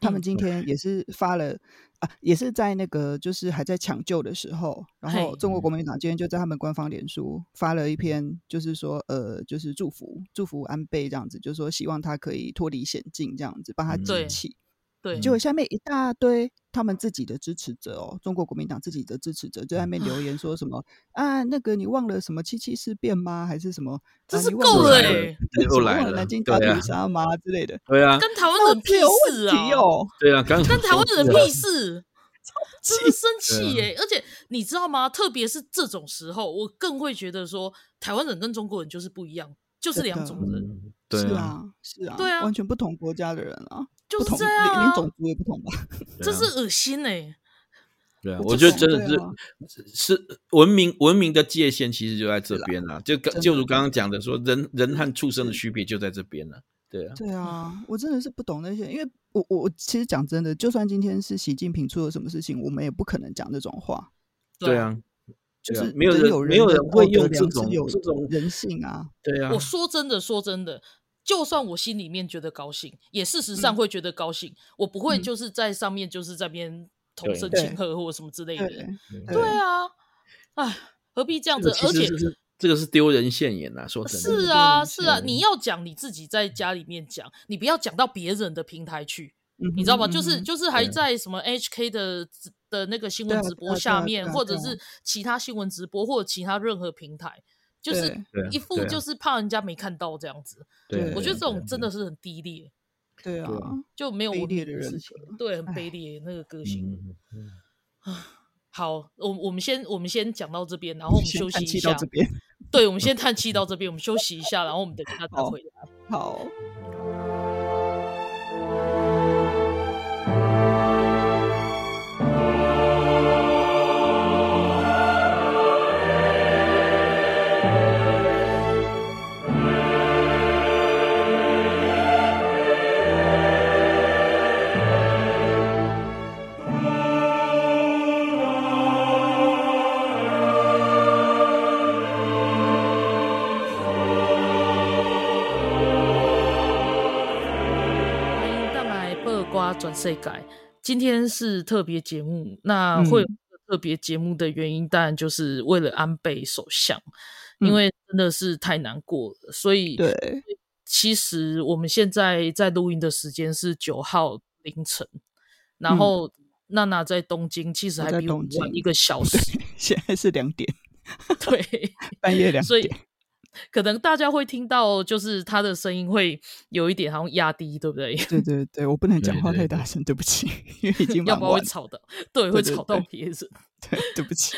Speaker 2: 他们
Speaker 1: 嗯
Speaker 2: 今天也是发了啊，也是在那个就是还在抢救的时候，然后
Speaker 1: 嘿
Speaker 2: 中国国民党今天就在他们官方脸书发了一篇，就是说呃，就是祝福祝福安倍这样子，就是说希望他可以脱离险境这样子，帮他
Speaker 3: 嗯
Speaker 2: 解
Speaker 1: 对
Speaker 2: 气。
Speaker 1: 对，
Speaker 2: 结果下面一大堆他们自己的支持者哦，中国国民党自己的支持者
Speaker 1: 嗯
Speaker 2: 就在那边留言说什么
Speaker 1: <laughs>
Speaker 2: 啊，那个你忘了什么七七事变吗？还是什么？
Speaker 1: 真
Speaker 2: 啊
Speaker 1: 是
Speaker 2: 你忘了
Speaker 1: 够了
Speaker 2: 什么
Speaker 1: 欸
Speaker 2: 你
Speaker 3: <laughs> 又来
Speaker 2: 忘
Speaker 3: 了
Speaker 2: 南京
Speaker 3: 对
Speaker 2: 大
Speaker 3: 啊
Speaker 2: 屠杀吗、之类的？
Speaker 3: 对啊，
Speaker 1: 跟台湾
Speaker 2: 超
Speaker 1: 人
Speaker 2: 级
Speaker 1: 屁
Speaker 2: 有
Speaker 1: 事
Speaker 2: 问
Speaker 1: 啊！
Speaker 2: 题哦，
Speaker 3: 对啊，刚
Speaker 1: 跟台湾人
Speaker 3: 说是啊
Speaker 1: 屁事，真的生气耶、而且你知道吗？特别是这种时候，我更会觉得说，台湾人跟中国人就是不一样，就是
Speaker 2: 真的
Speaker 1: 两种人，
Speaker 3: 嗯对
Speaker 2: 是
Speaker 3: 啊，
Speaker 2: 啊，是啊，
Speaker 1: 对啊
Speaker 2: 完全不同国家的人啊，
Speaker 1: 就
Speaker 2: 不
Speaker 1: 是
Speaker 2: 同
Speaker 1: 这样、
Speaker 2: 连连
Speaker 1: 啊。
Speaker 2: 种族也不同吧？
Speaker 3: 对
Speaker 1: 这
Speaker 3: 啊
Speaker 1: 是恶心哎、
Speaker 3: 对啊，
Speaker 2: 我
Speaker 3: 我
Speaker 2: 就是
Speaker 3: 觉得真的
Speaker 2: 对啊
Speaker 3: 是是文明文明的界限其实就在这边啦，就刚
Speaker 2: 真的
Speaker 3: 就如刚刚讲的说，人人和畜生的区别就在这边了，对啊，
Speaker 2: 对啊，我真的是不懂那些，因为我我我其实讲真的，就算今天是习近平出了什么事情，我们也不可能讲这种话。
Speaker 3: 对，啊，
Speaker 2: 就
Speaker 3: 对啊
Speaker 2: 是
Speaker 3: 没有人
Speaker 2: 有
Speaker 3: 没有
Speaker 2: 的
Speaker 3: 人会
Speaker 2: 道德
Speaker 3: 用这
Speaker 2: 良知
Speaker 3: 种
Speaker 2: 有
Speaker 3: 这种
Speaker 2: 人性啊，
Speaker 3: 对啊
Speaker 1: 我，说真的，说真的，就算我心里面觉得高兴，也事实上
Speaker 2: 嗯
Speaker 1: 会觉得高兴，我不会
Speaker 2: 嗯
Speaker 1: 就是在上面就是在边同
Speaker 3: 对
Speaker 1: 声
Speaker 2: 对
Speaker 1: 庆贺或什么之类的。
Speaker 2: 对
Speaker 1: 对啊，哎，何必这样
Speaker 3: 这
Speaker 1: 子
Speaker 3: 个？
Speaker 1: 而
Speaker 3: 其
Speaker 1: 且
Speaker 3: 实就是这个是丢人现眼呐，说真的，
Speaker 1: 是啊，
Speaker 3: 这
Speaker 1: 是
Speaker 3: 个
Speaker 1: 啊，
Speaker 3: 东西
Speaker 1: 你要讲你自己在家里面讲，你不要讲到别人的平台去，你知道吗？
Speaker 2: 嗯哼
Speaker 1: 就是
Speaker 2: 嗯哼
Speaker 1: 就是还
Speaker 3: 对
Speaker 1: 在什么 HK 的直的那个新
Speaker 2: 对
Speaker 1: 闻
Speaker 2: 啊
Speaker 1: 直
Speaker 2: 对啊
Speaker 1: 播
Speaker 2: 对
Speaker 1: 下
Speaker 2: 啊
Speaker 1: 面，
Speaker 2: 对啊
Speaker 1: 或
Speaker 2: 对
Speaker 1: 者
Speaker 2: 啊
Speaker 1: 是其他新闻直播，或者其他任何平台，就是
Speaker 2: 对
Speaker 3: 对啊
Speaker 1: 一副
Speaker 3: 对啊
Speaker 1: 就是怕人家没看到这样子。
Speaker 3: 对啊，
Speaker 1: 我觉得这
Speaker 3: 对啊
Speaker 1: 种真的是很低劣，
Speaker 2: 对啊
Speaker 3: 对啊，
Speaker 1: 就没有
Speaker 2: 卑
Speaker 1: 文
Speaker 2: 劣
Speaker 1: 明
Speaker 2: 的
Speaker 1: 的
Speaker 2: 人
Speaker 1: 事情，对，很卑劣那个个性。
Speaker 3: 嗯
Speaker 1: <sighs> 好，我我们先我们先讲到这边，然后我们
Speaker 2: 先
Speaker 1: 休息
Speaker 2: 叹
Speaker 1: 一
Speaker 2: 气
Speaker 1: 下
Speaker 2: 到。这边，
Speaker 1: 对，我们先叹气到这边，我们休息一下，然后我们等一下再
Speaker 2: 好
Speaker 1: 回来。
Speaker 2: <laughs> 好。
Speaker 1: 欢迎蛋哎来八瓜转世界。今天是特别节目，那
Speaker 2: 嗯
Speaker 1: 会有特别节目的原因，当然就是为了安倍首相，因为真的是太难过了，所以
Speaker 2: 嗯对，
Speaker 1: 其实我们现在在录音的时间是九号凌晨，然
Speaker 2: 嗯
Speaker 1: 后娜娜在东京，其实
Speaker 2: 我
Speaker 1: 还
Speaker 2: 在
Speaker 1: 比我
Speaker 2: 东
Speaker 1: 们晚
Speaker 2: 京
Speaker 1: 一个小
Speaker 2: <laughs>
Speaker 1: 时，
Speaker 2: 现在是两点，
Speaker 1: 对。
Speaker 2: 半夜两
Speaker 1: 所以
Speaker 2: 点。
Speaker 1: 可能大家会听到，就是他的声音会有一点好像压低，对不对？
Speaker 2: 对对对，我不能讲
Speaker 3: 对
Speaker 2: 话
Speaker 3: 对
Speaker 2: 太
Speaker 3: 对
Speaker 2: 大声，对不起，因为已经
Speaker 1: 要
Speaker 2: 蛮
Speaker 1: 不然会
Speaker 2: 晚了。
Speaker 1: 吵到，对，会
Speaker 2: 对对
Speaker 1: 吵到
Speaker 2: 对
Speaker 1: 别人。
Speaker 2: 对，对
Speaker 1: <laughs>
Speaker 2: 不起。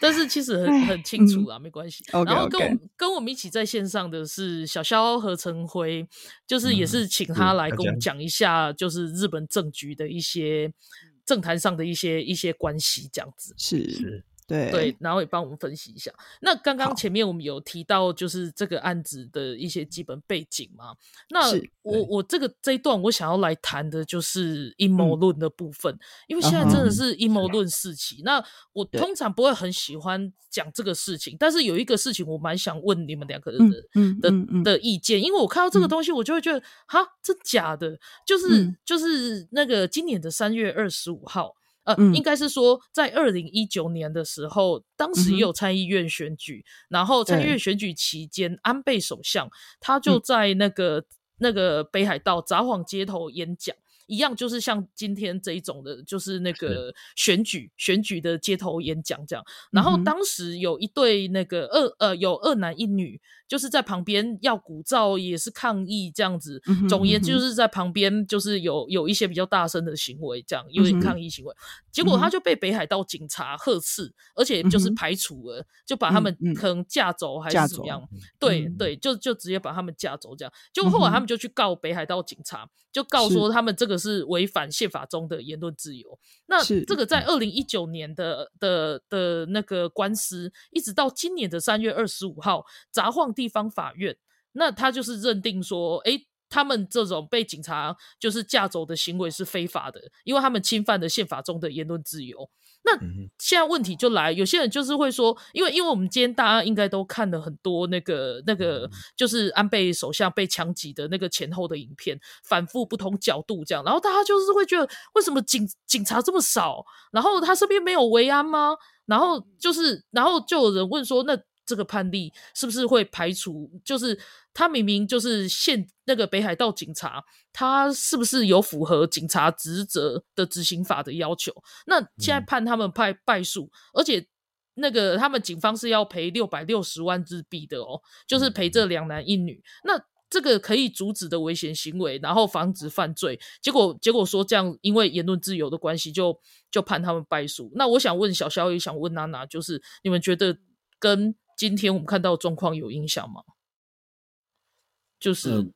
Speaker 1: 但是其实很很清楚啦，没关系。
Speaker 2: 嗯 OK，
Speaker 1: 然后跟我
Speaker 2: OK
Speaker 1: 们跟我们一起在线上的是小肖何成辉，就是也是请他
Speaker 3: 嗯是
Speaker 1: 来
Speaker 3: 大
Speaker 1: 跟我们
Speaker 3: 家
Speaker 1: 讲一下，就是日本政局的一些政坛上的一些一些关系这样子。
Speaker 2: 是，对
Speaker 1: 对，然后也帮我们分析一下。那刚刚
Speaker 2: 好
Speaker 1: 前面我们有提到，就是这个案子的一些基本背景嘛。那
Speaker 2: 是
Speaker 1: 我我这个这一段我想要来谈的就是阴谋
Speaker 2: 嗯
Speaker 1: 论的部分，因为现在
Speaker 2: 嗯哼
Speaker 1: 真的是阴谋论四起。那我
Speaker 2: 对
Speaker 1: 通常不会很喜欢讲这个事情，但是有一个事情我蛮想问你们两个人
Speaker 2: 嗯
Speaker 1: 的。
Speaker 2: 嗯
Speaker 1: 的
Speaker 2: 嗯嗯
Speaker 1: 的意见，因为我看到这个
Speaker 2: 嗯
Speaker 1: 东西，我就会觉得，哈，真假的？就是、
Speaker 2: 嗯
Speaker 1: 就是那个今年的三月二十五号，呃，
Speaker 2: 嗯
Speaker 1: 应该是说在二零一九年的时候，当时
Speaker 2: 嗯
Speaker 1: 也
Speaker 2: 哼
Speaker 1: 有参议院选举，然后参议
Speaker 2: 对嗯
Speaker 1: 院选举期间，安倍首相他就在那个、那个北海道札幌街头演讲。一样就是像今天这一种的，就是那个选举选举的街头演讲这样。然后
Speaker 2: 嗯哼
Speaker 1: 当时有一对那个二呃有二男一女，就是在旁边要鼓噪，也是抗议这样子
Speaker 2: 嗯。哼
Speaker 1: 总言之，
Speaker 2: 嗯
Speaker 1: 就
Speaker 2: 哼
Speaker 1: 是在旁边就是有有一些比较大声的行为，这样有点
Speaker 2: 嗯哼
Speaker 1: 抗议行为。结果
Speaker 2: 嗯
Speaker 1: 他
Speaker 2: 哼
Speaker 1: 就被北海道警察呵斥，而且就是
Speaker 2: 嗯哼
Speaker 1: 排除了，就把他们
Speaker 2: 嗯嗯
Speaker 1: 可能架走还
Speaker 2: 架
Speaker 1: 是怎么
Speaker 2: 走
Speaker 1: 样。对
Speaker 2: 嗯
Speaker 1: 对，就就直接把他们架走这样。结果后来
Speaker 2: 嗯哼
Speaker 1: 他们就去告北海道警察，就告
Speaker 2: 是
Speaker 1: 说他们这个是违反宪法中的言论自由。那
Speaker 2: 是
Speaker 1: 这个在二零一九年的的的那个官司，一直到今年的三月二十五号，札幌地方法院，那他就是认定说，诶，他们这种被警察就是架走的行为是非法的，因为他们侵犯了宪法中的言论自由。那现在问题就来，有些人就是会说，因为因为我们今天大家应该都看了很多那个那个，就是安倍首相被枪击的那个前后的影片，反复不同角度这样，然后大家就是会觉得，为什么警警察这么少？然后他身边没有维安吗？然后就是，然后就有人问说，那这个判例是不是会排除？就是他明明就是现那个北海道警察，他是不是有符合警察职责的执行法的要求？那现在判他们败败诉，而且那个他们警方是要赔六百六十万日币的哦，就是赔这两男一女。那这个可以阻止的危险行为，然后防止犯罪，结果结果说这样，因为言论自由的关系就，就判他们败诉。那我想问小肖，也想问娜娜，就是你们觉得跟今天我们看到的状况有影响吗？就是、
Speaker 3: 嗯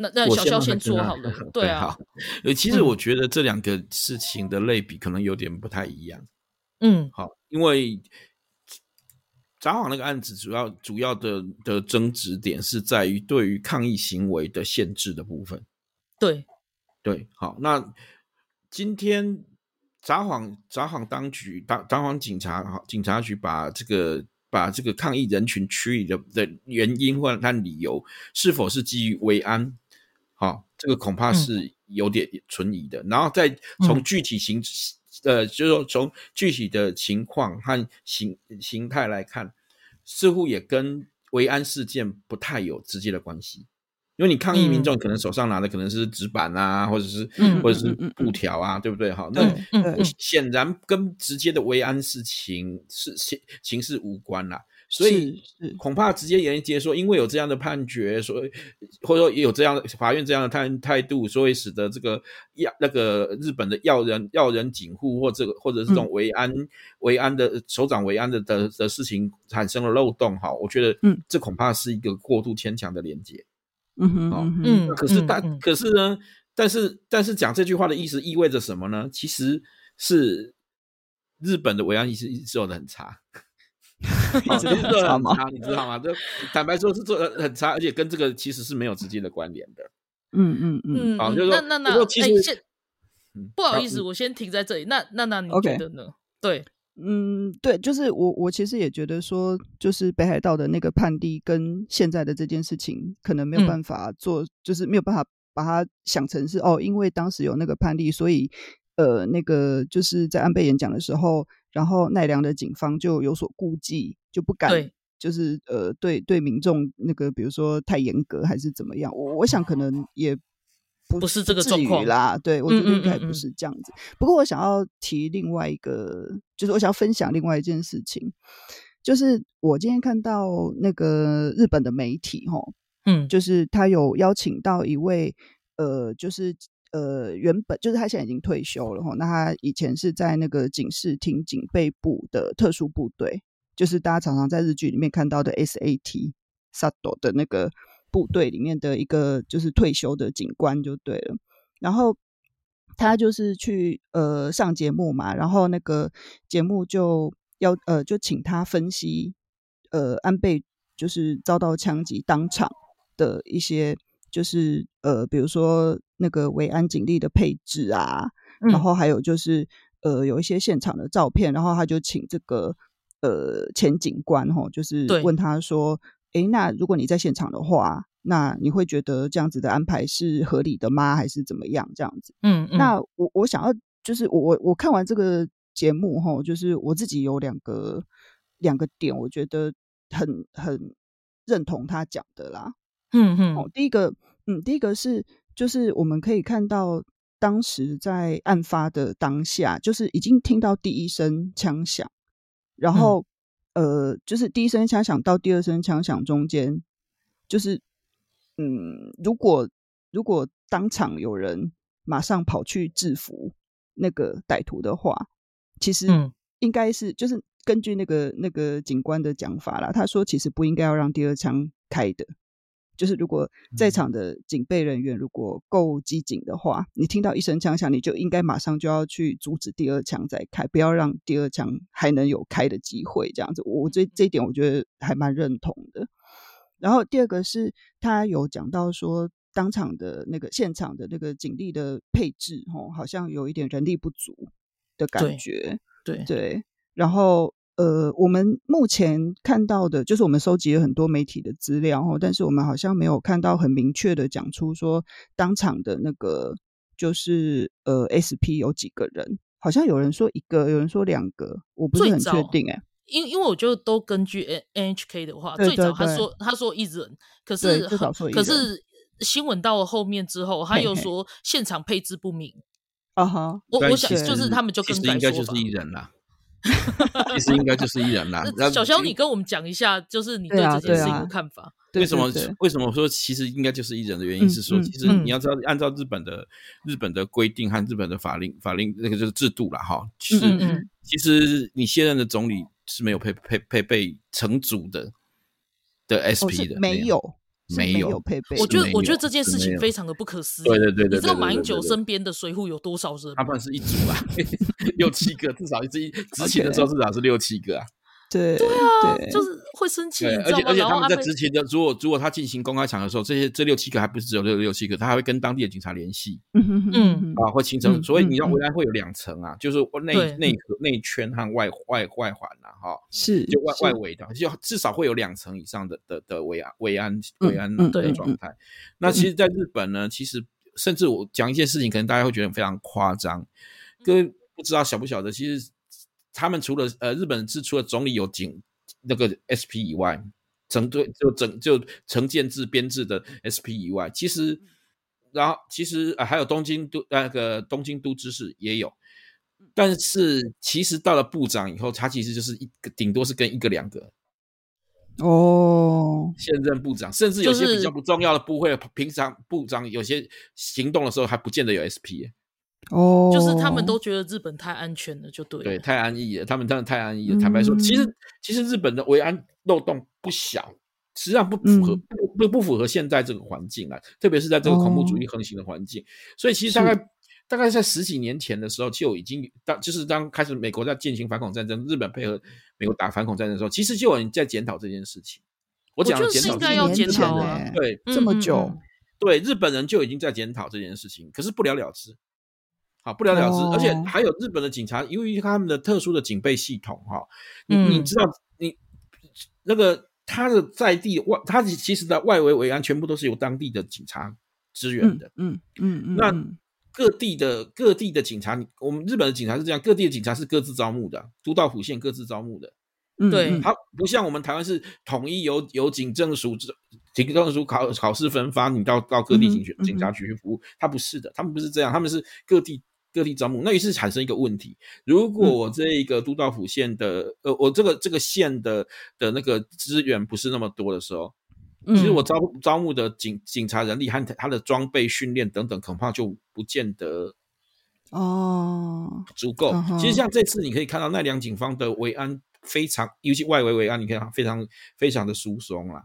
Speaker 1: 那那
Speaker 3: 我
Speaker 1: 小肖
Speaker 3: 让
Speaker 1: 先
Speaker 3: 他知
Speaker 1: 说
Speaker 3: 道
Speaker 1: 好
Speaker 3: <laughs>
Speaker 1: 了，对啊，
Speaker 3: 好呃，其实
Speaker 1: 嗯
Speaker 3: 我觉得这两个事情的类比可能有点不太一样。
Speaker 1: 嗯
Speaker 3: 好，因为札幌那个案子主要主要的的争执点是在于对于抗议行为的限制的部分。
Speaker 1: 对，
Speaker 3: 对，好，那今天札幌札幌当局札札幌警察哈警察局把这个把这个抗议人群驱离的的原因或和理由，是否是基于维安？好、这个恐怕
Speaker 1: 嗯
Speaker 3: 是有点存疑的。然后再从
Speaker 1: 嗯
Speaker 3: 具体形、呃，就是说从具体的情况和形形态来看，似乎也跟维安事件不太有直接的关系。因为你抗议民众可能手上拿的可能是纸板啊，或者是、
Speaker 1: 嗯
Speaker 3: 或者是
Speaker 2: 嗯嗯嗯
Speaker 3: 布条啊，对不对？好，那
Speaker 1: 嗯嗯
Speaker 2: 对
Speaker 1: 嗯
Speaker 3: 显然跟直接的维安事情是情情势无关啦，所以
Speaker 2: 是是
Speaker 3: 恐怕直接连接说，因为有这样的判决，所以或者说也有这样的法院这样的态态度，所以使得这个要那个日本的要人要人警护或这个或者是
Speaker 1: 嗯
Speaker 3: 这种维安、维安的首长维安的的的事情产生了漏洞哈，我觉得
Speaker 2: 嗯
Speaker 3: 这恐怕是一个过度牵强的连接。
Speaker 2: 嗯哼
Speaker 3: 好
Speaker 2: 嗯
Speaker 1: <laughs>
Speaker 2: 哼
Speaker 1: 嗯，
Speaker 3: 可是
Speaker 1: 嗯
Speaker 3: 大，
Speaker 1: 嗯
Speaker 3: 可是呢，但是但是讲这句话的意思意味着什么呢？其实是日本的维安意识一直做的很差，一直做的
Speaker 2: 差
Speaker 3: 哦很
Speaker 2: 吗
Speaker 3: 差，你知道吗？这坦白说是做的很差，而且跟这个其实是没有直接的关联的。
Speaker 2: 嗯嗯嗯，
Speaker 1: 嗯，
Speaker 3: 好
Speaker 1: 嗯
Speaker 3: 就是
Speaker 1: 那那
Speaker 3: 说就是说
Speaker 1: 那，
Speaker 3: 其
Speaker 1: 哎
Speaker 3: 实
Speaker 1: 先
Speaker 3: 嗯
Speaker 1: 不好
Speaker 3: 好
Speaker 1: 意思，
Speaker 3: 嗯
Speaker 1: 我先停在这里。那那那你觉
Speaker 2: OK
Speaker 1: 得呢？对，
Speaker 2: 嗯，对，就是我我其实也觉得说，就是北海道的那个判例跟现在的这件事情，可能没有
Speaker 1: 嗯
Speaker 2: 办法做，就是没有办法把它想成是哦，因为当时有那个判例，所以呃，那个就是在安倍演讲的时候，然后奈良的警方就有所顾忌，就不敢
Speaker 1: 对
Speaker 2: 就是呃，对对民众那个，比如说太严格还是怎么样，我我想可能也不
Speaker 1: 不是这个
Speaker 2: 至
Speaker 1: 状
Speaker 2: 于
Speaker 1: 况
Speaker 2: 啦。对，我
Speaker 1: 嗯
Speaker 2: 觉
Speaker 1: 嗯
Speaker 2: 得应该
Speaker 1: 嗯嗯
Speaker 2: 不是这样子。不过我想要提另外一个，就是我想要分享另外一件事情，就是我今天看到那个日本的媒体哈，
Speaker 1: 嗯，
Speaker 2: 就是他有邀请到一位呃，就是呃，原本就是他现在已经退休了哈，那他以前是在那个警视厅警备部的特殊部队，就是大家常常在日剧里面看到的 SAT SATO 的那个部队里面的一个就是退休的警官就对了，然后。他就是去呃上节目嘛，然后那个节目就要呃就请他分析呃安倍就是遭到枪击当场的一些，就是呃，比如说那个维安警力的配置啊，
Speaker 1: 嗯
Speaker 2: 然后还有就是呃，有一些现场的照片，然后他就请这个呃前警官吼，就是
Speaker 1: 对
Speaker 2: 问他说，诶，那如果你在现场的话，那你会觉得这样子的安排是合理的吗？还是怎么样？这样子？
Speaker 1: 嗯嗯，
Speaker 2: 那我我想要就是我我我看完这个节目哈，就是我自己有两个两个点，我觉得很很认同他讲的啦。
Speaker 1: 嗯嗯
Speaker 2: 哦，第一个，嗯，第一个是就是我们可以看到当时在案发的当下，就是已经听到第一声枪响，然后、呃，就是第一声枪响到第二声枪响中间，就是嗯，如果如果当场有人马上跑去制服那个歹徒的话，其实
Speaker 1: 嗯
Speaker 2: 应该是、就是根据那个那个警官的讲法啦，他说其实不应该要让第二枪开的，就是如果
Speaker 1: 嗯
Speaker 2: 在场的警备人员如果够机警的话，你听到一声枪响，你就应该马上就要去阻止第二枪再开，不要让第二枪还能有开的机会。这样子，我我
Speaker 1: 嗯
Speaker 2: 这这一点我觉得还蛮认同的。然后第二个是他有讲到说，当场的那个现场的那个警力的配置，哦，好像有一点人力不足
Speaker 1: 对
Speaker 2: 的感觉。
Speaker 1: 对，
Speaker 2: 对，然后呃，我们目前看到的，就是我们收集了很多媒体的资料哦，但是我们好像没有看到很明确的讲出说当场的那个就是呃 SP 有几个人，好像有人说一个，有人说两个，我不是
Speaker 1: 最
Speaker 2: 很确
Speaker 1: 早
Speaker 2: 定哎、
Speaker 1: 因因为我就都根据 N N H K 的话，
Speaker 2: 对
Speaker 1: 最早
Speaker 2: 对
Speaker 1: 他
Speaker 2: 对
Speaker 1: 说他说一人，可
Speaker 2: 对
Speaker 1: 是
Speaker 2: 最早
Speaker 1: 很
Speaker 2: 说一
Speaker 1: 可
Speaker 2: 人
Speaker 1: 是新闻到了后面之后，他
Speaker 2: 嘿
Speaker 1: 又
Speaker 2: 嘿
Speaker 1: 说现场配置不明。
Speaker 2: 啊哈，
Speaker 1: 我
Speaker 3: 但
Speaker 1: 我想
Speaker 3: 其实
Speaker 1: 就是他们就
Speaker 3: 其
Speaker 1: 更
Speaker 3: 实
Speaker 1: 改
Speaker 3: 应该
Speaker 1: 说
Speaker 3: 就是
Speaker 1: 法。
Speaker 3: 艺人啦，其实应该就是艺人啦。
Speaker 1: <laughs> 那
Speaker 3: 那
Speaker 1: 小肖，你跟我们讲一下，就是你
Speaker 2: 对啊
Speaker 1: 这件
Speaker 2: 对
Speaker 1: 事情
Speaker 2: 啊
Speaker 1: 的看法。
Speaker 2: 对
Speaker 3: 为什么
Speaker 2: 对哦对
Speaker 3: 为什么说其实应该就是艺人的原因
Speaker 2: 嗯
Speaker 3: 是说，
Speaker 2: 嗯
Speaker 3: 其实
Speaker 1: 嗯
Speaker 3: 你要知道，按照日本的日本的规定和日本的法令法令那个就是制度啦，哈，是
Speaker 1: 嗯嗯，
Speaker 3: 其实你现任的总理是没有配配配备成组的的
Speaker 2: 哦
Speaker 3: SP
Speaker 2: 是
Speaker 3: 的，
Speaker 2: 没有。是
Speaker 3: 没
Speaker 2: 没
Speaker 3: 有
Speaker 2: 有配备的，
Speaker 1: 我觉
Speaker 3: 没
Speaker 1: 得我觉得
Speaker 3: 有
Speaker 1: 这件
Speaker 3: 是
Speaker 1: 事
Speaker 3: 没
Speaker 1: 情
Speaker 3: 有
Speaker 1: 非常的不可思议。
Speaker 3: 对对对对
Speaker 1: 你知道
Speaker 3: 对对
Speaker 1: 马英
Speaker 3: 对
Speaker 1: 九
Speaker 3: 对
Speaker 1: 身边的随扈有多少人
Speaker 3: 他
Speaker 1: 吗？
Speaker 3: 们是一组啊， <laughs> 六七个，至少是一执勤的时候至少是六七个啊。
Speaker 2: 对对啊
Speaker 1: 就是会生气，
Speaker 3: 对，
Speaker 1: 你知道
Speaker 3: 而且
Speaker 1: 吗？
Speaker 3: 而且
Speaker 1: 然
Speaker 3: 他
Speaker 1: 后
Speaker 3: 们
Speaker 1: 安
Speaker 3: 在
Speaker 1: 倍
Speaker 3: 执勤的，如果如果他进行公开场合的时候，这些这六七个还不是只有六六七个，他还会跟当地的警察联系
Speaker 2: 嗯哼哼
Speaker 1: 嗯
Speaker 2: 哼哼
Speaker 3: 啊，会形成，
Speaker 2: 嗯
Speaker 3: 所以你要
Speaker 2: 嗯嗯
Speaker 3: 回来会有两层啊，就是内
Speaker 1: 对
Speaker 3: 内核内圈和外外外环啊，哈，
Speaker 2: 是
Speaker 3: 就外
Speaker 2: 是
Speaker 3: 外围的，就至少会有两层以上的的的维安维安
Speaker 2: 嗯
Speaker 3: 维安
Speaker 2: 嗯
Speaker 3: 的
Speaker 1: 对
Speaker 3: 状态。那其实，在日本呢，其实甚至我讲一件事情，可能大家会觉得非常夸张，各
Speaker 2: 嗯
Speaker 3: 位不知道晓不晓得，其实他们除了呃日本是除了总理有警那个 SP 以外，整队就整就成建制编制的 SP 以外，其
Speaker 2: 嗯
Speaker 3: 实然后其实呃还有东京都那个东京都知事也有。
Speaker 2: 嗯
Speaker 3: 但是其实到了部长以后，他其实就是一个顶多是跟一个两个
Speaker 2: 哦，
Speaker 3: 现任部长，甚至有些
Speaker 1: 就是
Speaker 3: 比较不重要的部会，平常部长有些行动的时候还不见得有 SP 耶、
Speaker 2: 哦，
Speaker 1: 就是他们都觉得日本太安全了，就对了。嗯
Speaker 3: 对，太安逸了，他们真的太安逸了。坦白说，其实其实日本的维安漏洞不小，实际上不符合、
Speaker 2: 嗯
Speaker 3: 不不不符合现在这个环境啊，特别是在这个恐怖主义横行的环境。所以其实大概大概在十几年前的时候，就已经当就是当开始美国在进行反恐战争，日本配合美国打反恐战争的时候，其实就有人在检讨这件事情。我讲
Speaker 1: 觉得
Speaker 3: 的检
Speaker 1: 是
Speaker 3: 讨
Speaker 1: 应该
Speaker 3: 是
Speaker 1: 要
Speaker 3: 之
Speaker 1: 检
Speaker 3: 前
Speaker 1: 讨
Speaker 3: 的
Speaker 1: 啊
Speaker 2: 欸
Speaker 3: 对，
Speaker 1: 嗯
Speaker 2: 这么
Speaker 1: 嗯
Speaker 2: 久，
Speaker 1: 嗯
Speaker 3: 对，日本人就已经在检讨这件事情，可是不了了之。好，不了了之，而且
Speaker 2: 哦
Speaker 3: 还有日本的警察，由于他们的特殊的警备系统，哈、你你
Speaker 1: 嗯
Speaker 3: 知道，你那个他的在地外，他其实的外围维安全部都是由当地的警察支援的。
Speaker 2: 嗯嗯嗯，
Speaker 3: 那
Speaker 2: 嗯
Speaker 3: 各地的各地的警察，你我们日本的警察是这样，各地的警察是各自招募的，都道府县各自招募的。
Speaker 2: 嗯
Speaker 1: 对
Speaker 2: 嗯
Speaker 3: 它不像我们台湾是统一由由警政署这警政署考考试分发，你到到各地警局
Speaker 2: 嗯、哼
Speaker 3: 警察局去服务，它不是的，他们不是这样，他们是各地各地招募。那于是产生一个问题：如果我这一个都道府县的，呃，我这个这个县的的那个资源不是那么多的时候，
Speaker 2: 嗯
Speaker 3: 其实我招招募的警警察人力和他的装备训练等等，恐怕就不见得
Speaker 2: 哦，
Speaker 3: 足够
Speaker 2: 嗯。哼
Speaker 3: 其实像这次你可以看到奈良警方的维安非常，尤其外围维安，你看非常非常的疏松啦。